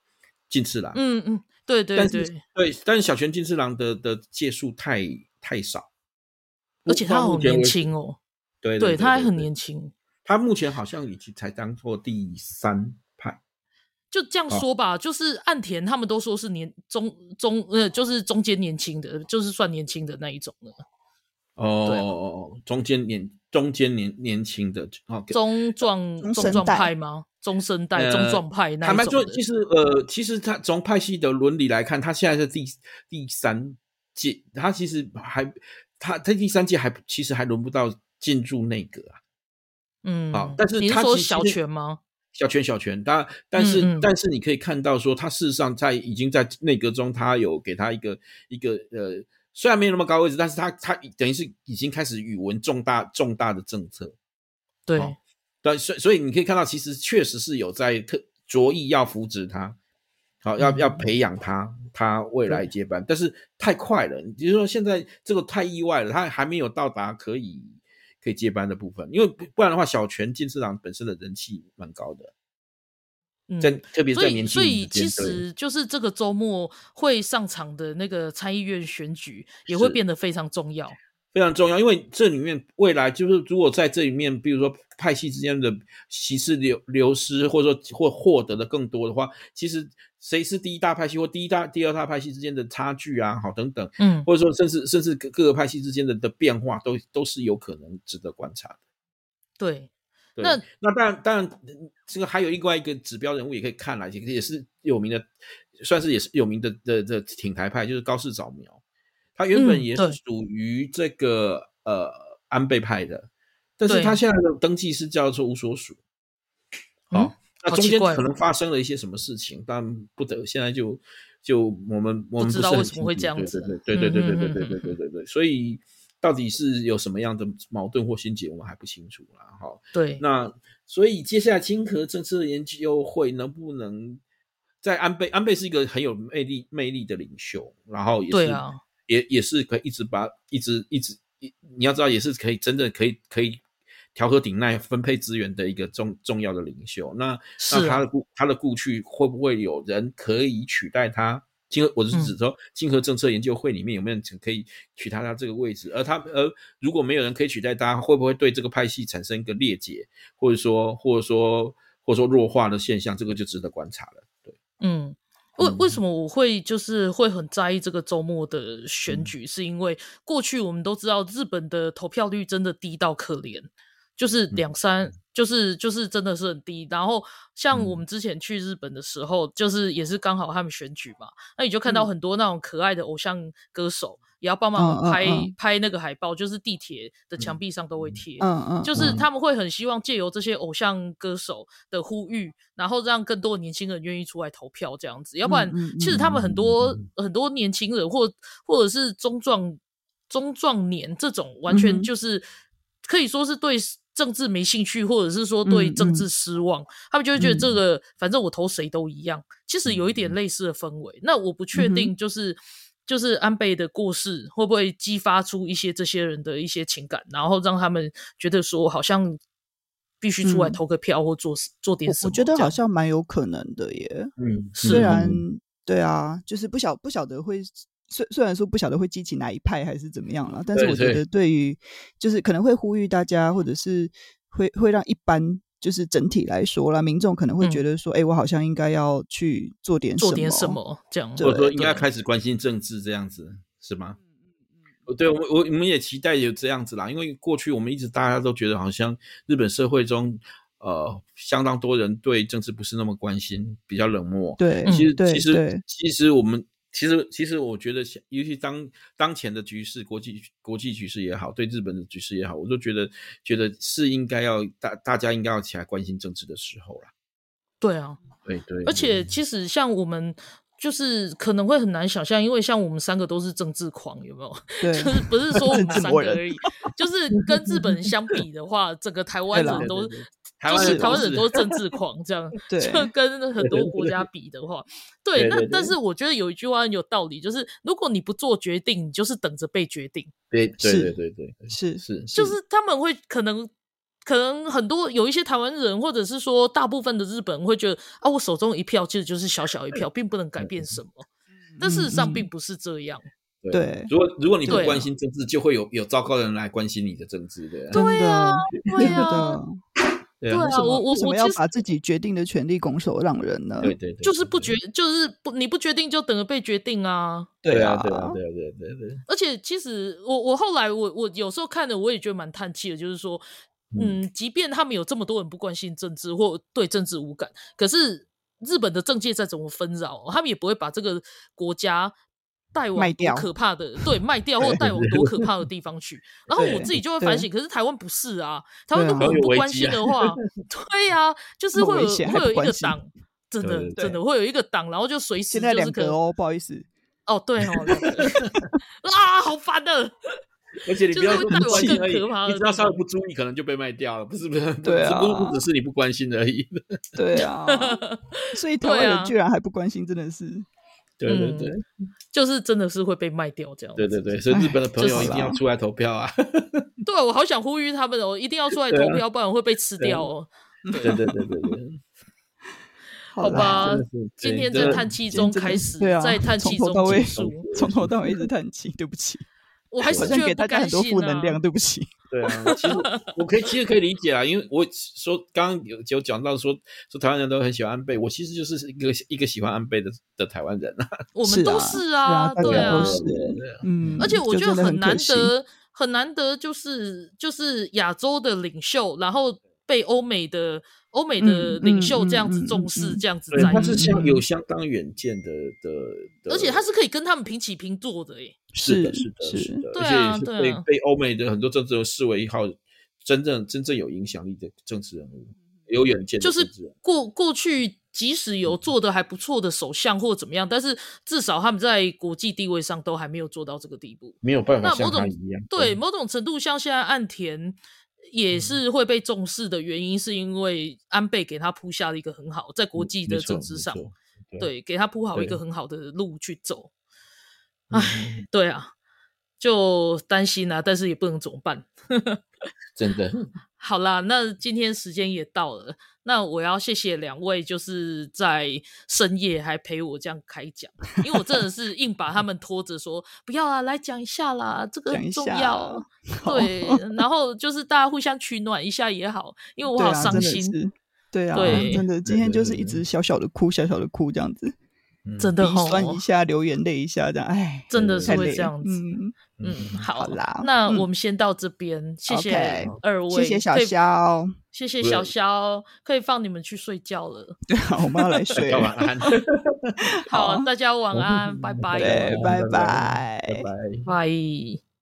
Speaker 3: 进次郎。
Speaker 1: 嗯嗯，对对
Speaker 3: 啊但
Speaker 1: 对
Speaker 3: 是，对，但是小泉进次郎的的届数太太少，
Speaker 1: 而且他
Speaker 3: 到目
Speaker 1: 好
Speaker 3: 前为
Speaker 1: 年
Speaker 3: 止，
Speaker 1: 轻哦，
Speaker 3: 对
Speaker 1: 对，他还很
Speaker 3: 轻。
Speaker 1: 年轻。
Speaker 3: 他目前好像已经才当做第三派，
Speaker 1: 就这样
Speaker 3: 好
Speaker 1: 说吧，就是岸田他们都说是年中中呃，就是中间年轻的，就是算年轻的那一种了，
Speaker 3: 哦哦哦哦，中间年中间年年轻的哦，
Speaker 1: 中壮
Speaker 2: 中
Speaker 1: 中
Speaker 2: 生
Speaker 1: 壮
Speaker 2: 代
Speaker 1: 派吗？中生代、
Speaker 3: 呃
Speaker 1: 中壮派那
Speaker 3: 坦白
Speaker 1: 一
Speaker 3: 说
Speaker 1: 种，的
Speaker 3: 其。实呃，其实他从派系的伦理来看，他现在是第第三届，他其实还他他第三届还其实还轮不到进入内阁啊。
Speaker 1: 嗯，
Speaker 3: 好，但是
Speaker 1: 你是
Speaker 3: 他
Speaker 1: 说
Speaker 3: 其实
Speaker 1: 小泉吗？？
Speaker 3: 小泉，小泉，他但是
Speaker 1: 嗯嗯
Speaker 3: 但是你可以看到说，他事实上在已经在内阁中，他有给他一个一个呃，虽然没有那么高位置，但是他他等于是已经开始语文重大重大的政策。
Speaker 1: 对，
Speaker 3: 好对，所以所以你可以看到，其实确实是有在特着意要扶植他，好要
Speaker 1: 嗯
Speaker 3: 要培养他，他未来接班，但是太快了，比如说现在这个太意外了，他还没有到达可以可以接班的部分，因为不不然的话，小泉进次郎本身的人气蛮高的，
Speaker 1: 嗯
Speaker 3: 在、特别是
Speaker 1: 所
Speaker 3: 在年
Speaker 1: 以，
Speaker 3: 轻
Speaker 1: 所以
Speaker 3: 人之
Speaker 1: 其
Speaker 3: 间，
Speaker 1: 实就是这个周末会上场的那个参议院选举也会
Speaker 3: 是
Speaker 1: 变得非常重要。
Speaker 3: 对非常重要，因为这里面未来就是如果在这里面，比如说派系之间的歧视流流失，或者说或获得的更多的话，其实谁是第一大派系或第一大、第二大派系之间的差距啊，好等等，
Speaker 1: 嗯，
Speaker 3: 或者说甚至甚至各各个派系之间的的变化都，都是有可能值得观察的。
Speaker 1: 对，
Speaker 3: 对
Speaker 1: 那
Speaker 3: 那当然当然，嗯这个还有另外一个指标人物也可以看来，也也是有名的，算是也是有名的的的挺台派，就是高市早苗，他原本
Speaker 1: 嗯
Speaker 3: 也
Speaker 1: 对
Speaker 3: 是属于这个、呃安倍派的，但是
Speaker 1: 对
Speaker 3: 他现在的登记是叫做无所属，
Speaker 1: 嗯
Speaker 3: 好、那
Speaker 1: 好
Speaker 3: 中
Speaker 1: 奇
Speaker 3: 间
Speaker 1: 怪哦
Speaker 3: 可能发生了一些什么事情，但不得现在就就我们我们
Speaker 1: 知
Speaker 3: 不是
Speaker 1: 道
Speaker 3: 很
Speaker 1: 为什么会
Speaker 3: 清楚
Speaker 1: 这样子
Speaker 3: 对对对对
Speaker 1: 嗯嗯
Speaker 3: 对
Speaker 1: 嗯
Speaker 3: 对对
Speaker 1: 嗯
Speaker 3: 对对对对，所以到底是有什么样的矛盾或心结，我们还不清楚啦。哈，
Speaker 1: 对，
Speaker 3: 那所以接下来清河政策研究会能不能在安倍？安倍是一个很有魅力魅力的领袖，然后也
Speaker 1: 对
Speaker 3: 是、
Speaker 1: 啊
Speaker 3: 也也是可以一直把一直一直一你要知道也是可以真的可以可以调和鼎奈分配资源的一个重重要的领袖。那
Speaker 1: 是
Speaker 3: 那
Speaker 1: 啊
Speaker 3: 他的故他的故去会不会有人可以取代他？金河，我是指说金河政策研究会里面有没有人可以取代他这个位置？而他而如果没有人可以取代他，会不会对这个派系产生一个裂解，或者说或者说或者说弱化的现象？这个就值得观察了。对，
Speaker 1: 嗯，为为
Speaker 3: 嗯
Speaker 1: 什么我会就是会很在意这个周末的
Speaker 2: 嗯
Speaker 1: 选举，是因为过去我们都知道日本的投票率真的低到可怜，就是
Speaker 2: 嗯
Speaker 1: 两三。就是就是真的是很低，然后像
Speaker 2: 嗯
Speaker 1: 我们之前去日本的时候，就是也是刚好他们选举嘛，那你就看到
Speaker 2: 嗯
Speaker 1: 很多那种可爱的偶像歌手，也要帮
Speaker 2: 嗯
Speaker 1: 忙
Speaker 2: 嗯
Speaker 1: 拍
Speaker 2: 嗯
Speaker 1: 拍那个海报，就是地铁的墙壁上都会贴。 <laughs>
Speaker 2: 嗯嗯，
Speaker 1: 就是
Speaker 2: 嗯
Speaker 1: 他们会很希望借由这些偶像歌手的呼吁，然后让更多的年轻人愿意出来投票，这样子。要不然，
Speaker 2: 嗯嗯
Speaker 1: 其实
Speaker 2: 嗯
Speaker 1: 他们很多很多年轻人或或者是中壮中壮年这种，完
Speaker 2: 嗯
Speaker 1: 全
Speaker 2: 哼
Speaker 1: 就是可以说是对政治没兴趣，或者是说对
Speaker 2: 嗯
Speaker 1: 政
Speaker 2: 嗯
Speaker 1: 治失望。他们就会觉得这
Speaker 2: 嗯
Speaker 1: 个反正我投谁都一样，其实有一点类似的氛围。那我不确
Speaker 2: 嗯哼
Speaker 1: 定，就是、就是安倍的过世会不会激发出一些这些人的一些情感，然后让他们觉得说好像必须出来
Speaker 2: 嗯
Speaker 1: 投个票或做事做点什么
Speaker 2: 我我
Speaker 1: 这
Speaker 2: 觉
Speaker 1: 样。
Speaker 2: 得好像蛮有可能的耶。
Speaker 3: 嗯，
Speaker 1: 是
Speaker 2: 虽然对啊，就是不晓不晓得会，虽虽然说不晓得会激起哪一派还是怎么样了，但是
Speaker 3: 对
Speaker 2: 我觉
Speaker 3: 对
Speaker 2: 得对于就是可能会呼吁大家，或者是会会让一般就是整体来说啦，民众可能会觉
Speaker 1: 嗯
Speaker 2: 得说，哎、我好像应该要去做点
Speaker 1: 做点什么这样。
Speaker 3: 或者说应
Speaker 1: 对嗯
Speaker 3: 该开始关心政治这样子是吗？哦对我我我们也期待有这样子啦，因为过去我们一直大家都觉得好像日本社会中，呃，相当多人对政治不是那么关心，比较冷漠。
Speaker 2: 对，
Speaker 3: 其
Speaker 1: 嗯
Speaker 3: 实
Speaker 2: 对
Speaker 3: 其
Speaker 2: 对
Speaker 3: 实其实我们其实其实我觉得现，尤其当当前的局势，国际国际局势也好，对日本的局势也好，我都觉得觉得是应该要大大家应该要起来关心政治的时候啦。
Speaker 1: 对啊，
Speaker 3: 对对，
Speaker 1: 而且其实像我们。就是可能会很难想象，因为像我们三个都是政治狂，有没有？ <laughs>
Speaker 2: 对
Speaker 1: 就是不是说我们
Speaker 2: 政治
Speaker 1: 三
Speaker 2: 魔
Speaker 1: 个
Speaker 2: 人
Speaker 1: 而已，就是跟日本相比的话，整个台湾
Speaker 2: 对啦
Speaker 1: 人都
Speaker 3: 对对对台
Speaker 1: 就
Speaker 3: 湾
Speaker 1: 是
Speaker 3: 人
Speaker 1: 台湾
Speaker 3: 都
Speaker 1: 人
Speaker 3: 是
Speaker 1: 都政治狂，这样
Speaker 2: 对
Speaker 1: <laughs> 就跟很多国家比的话，对，
Speaker 3: 对
Speaker 1: 那
Speaker 3: 对对
Speaker 1: 但是我觉得有一句话很有道理，就是如果你不做决定，你就是等着被决定。
Speaker 3: 对对
Speaker 2: 是
Speaker 3: 对对对，
Speaker 2: 是
Speaker 3: 是
Speaker 1: 就是他们会可能。可能很多有一些台湾人，或者是说大部分的日本人会觉得啊，我手中一票其实就是小小一票，并不能
Speaker 2: 嗯
Speaker 1: 改变什么。但事实上并不是这
Speaker 2: <laughs>
Speaker 1: 样。
Speaker 2: 对
Speaker 3: 如果如果你不
Speaker 1: 对啊
Speaker 3: 关心政治，就会有有糟糕的人来关心你的政治的。
Speaker 1: 对
Speaker 2: 真的
Speaker 1: 啊，对
Speaker 2: 真 <laughs>
Speaker 1: 啊
Speaker 2: 的，，
Speaker 3: 对
Speaker 1: 对
Speaker 3: 啊，
Speaker 1: 啊，我我
Speaker 2: 哦为什
Speaker 1: 我
Speaker 2: 么要
Speaker 1: 其实
Speaker 2: 把嗯自己决定的权利拱手让人呢？
Speaker 3: 对对对，
Speaker 1: 就是不
Speaker 3: 对
Speaker 1: 决，就是不你不决定就等着被决定啊。
Speaker 3: 对
Speaker 2: 啊
Speaker 3: 啊，对啊，对啊，对啊对啊对啊。
Speaker 1: 而且其实我我后来我我有时候看的我也觉得蛮叹气的，就是说，嗯，即便他们有这么多人不关心政治或对政治无感，可是日本的政界再怎么纷扰，哦他们也不会把这个国家。带往
Speaker 2: 卖
Speaker 1: 多
Speaker 2: 掉
Speaker 1: 可怕的，对，卖掉或者带往多可怕的地方去。然后我自己就会反省，可是台湾不是啊，台湾
Speaker 2: 对啊
Speaker 1: 如果
Speaker 3: 很有
Speaker 1: 不
Speaker 3: 危
Speaker 1: 关
Speaker 3: 机
Speaker 1: 心
Speaker 3: 啊
Speaker 1: 的
Speaker 2: <laughs>
Speaker 1: 话，对呀，就是
Speaker 2: 那么
Speaker 1: 会
Speaker 2: 危
Speaker 1: 有
Speaker 2: 险
Speaker 1: 会
Speaker 2: 还不
Speaker 1: 有一
Speaker 2: 关
Speaker 1: 个
Speaker 2: 心
Speaker 1: 党，真的
Speaker 3: 对
Speaker 1: 真的
Speaker 2: 对
Speaker 1: 会有一个党，然后就随时
Speaker 2: 现
Speaker 1: 就
Speaker 2: 在两
Speaker 1: 是可
Speaker 2: 个
Speaker 1: 能
Speaker 2: 哦，不好意
Speaker 3: <laughs>
Speaker 2: 思，
Speaker 1: 哦，对哦，两个 <laughs> 啊，好烦的。
Speaker 3: 而且你
Speaker 1: 就
Speaker 3: 不要
Speaker 1: 是
Speaker 3: 说
Speaker 1: 会
Speaker 3: 不
Speaker 1: 带
Speaker 3: 关
Speaker 1: 往
Speaker 3: 心
Speaker 1: 更
Speaker 3: 而
Speaker 1: 可怕
Speaker 3: 已，
Speaker 1: 的
Speaker 3: 你只要
Speaker 1: 地
Speaker 3: 稍微
Speaker 1: 方
Speaker 3: 不注意，可能就被卖掉了，不是不
Speaker 1: <laughs>
Speaker 3: 是？
Speaker 2: 对啊
Speaker 3: 只不不只是你不关心而已。 <laughs>
Speaker 2: 对啊，所以
Speaker 1: 对
Speaker 2: 台湾
Speaker 1: 啊
Speaker 2: 人居然还不关心，真的
Speaker 1: <laughs>
Speaker 2: 是
Speaker 3: 对对对
Speaker 1: 嗯就是真的是会被卖掉这样。
Speaker 3: 对对对，所以日本的朋友
Speaker 2: 哎
Speaker 3: 一定要出来投
Speaker 1: <laughs>
Speaker 3: 票啊！
Speaker 1: 对，我好想呼吁他们哦，一定要出来投票，不然会被吃掉哦。
Speaker 3: 对啊对对对对，
Speaker 1: 好
Speaker 2: 啦
Speaker 1: 吧
Speaker 3: 真的是，
Speaker 1: 今天
Speaker 3: 对真
Speaker 1: 在
Speaker 3: 的
Speaker 1: 叹气
Speaker 2: 今天
Speaker 1: 中
Speaker 2: 真的
Speaker 1: 开始，
Speaker 2: 对啊，
Speaker 1: 在叹气
Speaker 2: 从头到
Speaker 1: 中
Speaker 2: 尾
Speaker 1: 结束，
Speaker 2: 从头到尾一直叹气，对不起，
Speaker 1: 我还
Speaker 2: 好
Speaker 1: 是
Speaker 2: 像
Speaker 1: 觉
Speaker 2: 给
Speaker 1: 得
Speaker 2: 大
Speaker 1: 不
Speaker 2: 家
Speaker 1: 甘
Speaker 2: 很多
Speaker 1: 心
Speaker 2: 负能
Speaker 1: 啊
Speaker 2: 量，。对不
Speaker 1: <laughs>
Speaker 2: 起。
Speaker 3: 对啊，其实我可以其实可以理解啊，因为我说刚刚有有讲到说说台湾人都很喜欢安倍，我其实就是一个一个喜欢安倍的的台湾人啊。
Speaker 1: 我们都
Speaker 2: 是
Speaker 1: 是
Speaker 2: 啊，
Speaker 1: 对
Speaker 2: 大家
Speaker 1: 啊
Speaker 2: 都，是，嗯，
Speaker 1: 而且我
Speaker 2: 就
Speaker 1: 觉
Speaker 2: 真的
Speaker 1: 得
Speaker 2: 很可
Speaker 1: 难
Speaker 2: 惜，
Speaker 1: 得，很难得，就是就是亚洲的领袖，然后被欧美的欧美的
Speaker 2: 嗯
Speaker 1: 领
Speaker 2: 嗯
Speaker 1: 袖这样子
Speaker 2: 嗯嗯
Speaker 1: 重
Speaker 2: 嗯
Speaker 1: 视，
Speaker 2: 嗯
Speaker 1: 这样子
Speaker 3: 对，
Speaker 1: 在
Speaker 3: 他
Speaker 1: 意，
Speaker 3: 是相有相当远见的的的，
Speaker 1: 而且他是可以跟他们平起平坐的欸耶。
Speaker 3: 是
Speaker 2: 是
Speaker 3: 的，是的，是的，
Speaker 1: 对啊
Speaker 3: 而且也是
Speaker 1: 对
Speaker 3: 被
Speaker 1: 啊
Speaker 3: 被欧美的很多政治人视为一号真正真正有影响力的政治人物，有远见
Speaker 1: 嗯
Speaker 3: 的
Speaker 1: 就是
Speaker 3: 政治人物
Speaker 1: 过过去即使
Speaker 3: 嗯
Speaker 1: 有做的还不错的首相或怎么样，但是至少他们在国际地位上都还没有做到这个地步。
Speaker 3: 没有办法
Speaker 1: 那
Speaker 3: 像
Speaker 1: 某
Speaker 3: 他
Speaker 1: 种
Speaker 3: 一样，嗯
Speaker 1: 对，某种程度像现在岸田也是会被重视的原因，是因为安倍给他铺下了一个很好在国际的
Speaker 3: 嗯没错
Speaker 1: 政治上
Speaker 3: 没，错对
Speaker 1: 对，给他铺好一
Speaker 3: 对
Speaker 1: 个很好的路去走。
Speaker 3: 嗯
Speaker 1: 唉，对啊，就担心啊，但是也不能怎么办。<laughs>
Speaker 3: 真的，
Speaker 1: 好啦，那今天时间也到了，那我要谢谢两位，就是在深夜还陪我这样开讲，因为我真的是硬把他们拖着说不要啦，来讲一下啦，这个
Speaker 2: 讲
Speaker 1: 很
Speaker 2: 一
Speaker 1: 重
Speaker 2: 下哦
Speaker 1: 要，
Speaker 2: 好
Speaker 1: 对， <laughs> 然后就是大家互相取暖一下也好，因为我
Speaker 2: 对
Speaker 1: 好
Speaker 2: 啊，
Speaker 1: 伤
Speaker 2: 真的
Speaker 1: 心，
Speaker 2: 是，对啊
Speaker 1: 对，
Speaker 2: 真的，今天就是
Speaker 3: 对对
Speaker 2: 一
Speaker 3: 对
Speaker 2: 直小小的哭，小小的哭这样子，
Speaker 1: 真的
Speaker 2: 鼻
Speaker 1: 吼，
Speaker 2: 酸一下，流眼泪一下这样，哎，
Speaker 1: 真的是
Speaker 2: 太累
Speaker 1: 会
Speaker 2: 了
Speaker 1: 这样子，
Speaker 2: 嗯，
Speaker 1: 嗯，好
Speaker 2: 好啦
Speaker 1: 那
Speaker 2: 嗯
Speaker 1: 我们先到这边，谢谢
Speaker 2: OK，
Speaker 1: 二位，
Speaker 2: 谢谢小
Speaker 1: 可以，
Speaker 2: 肖，
Speaker 1: 谢谢
Speaker 3: 不
Speaker 1: 小
Speaker 3: 用
Speaker 1: 肖，可以放你们去睡觉了，
Speaker 2: 对啊，我们要
Speaker 3: <laughs>
Speaker 2: 来睡
Speaker 3: 干嘛
Speaker 2: 了，
Speaker 1: <laughs>
Speaker 3: 安？
Speaker 1: 好，
Speaker 2: 好
Speaker 1: 大家晚安，拜拜，
Speaker 2: 哎对，拜
Speaker 3: 拜
Speaker 2: 拜。
Speaker 3: 拜。
Speaker 1: 拜。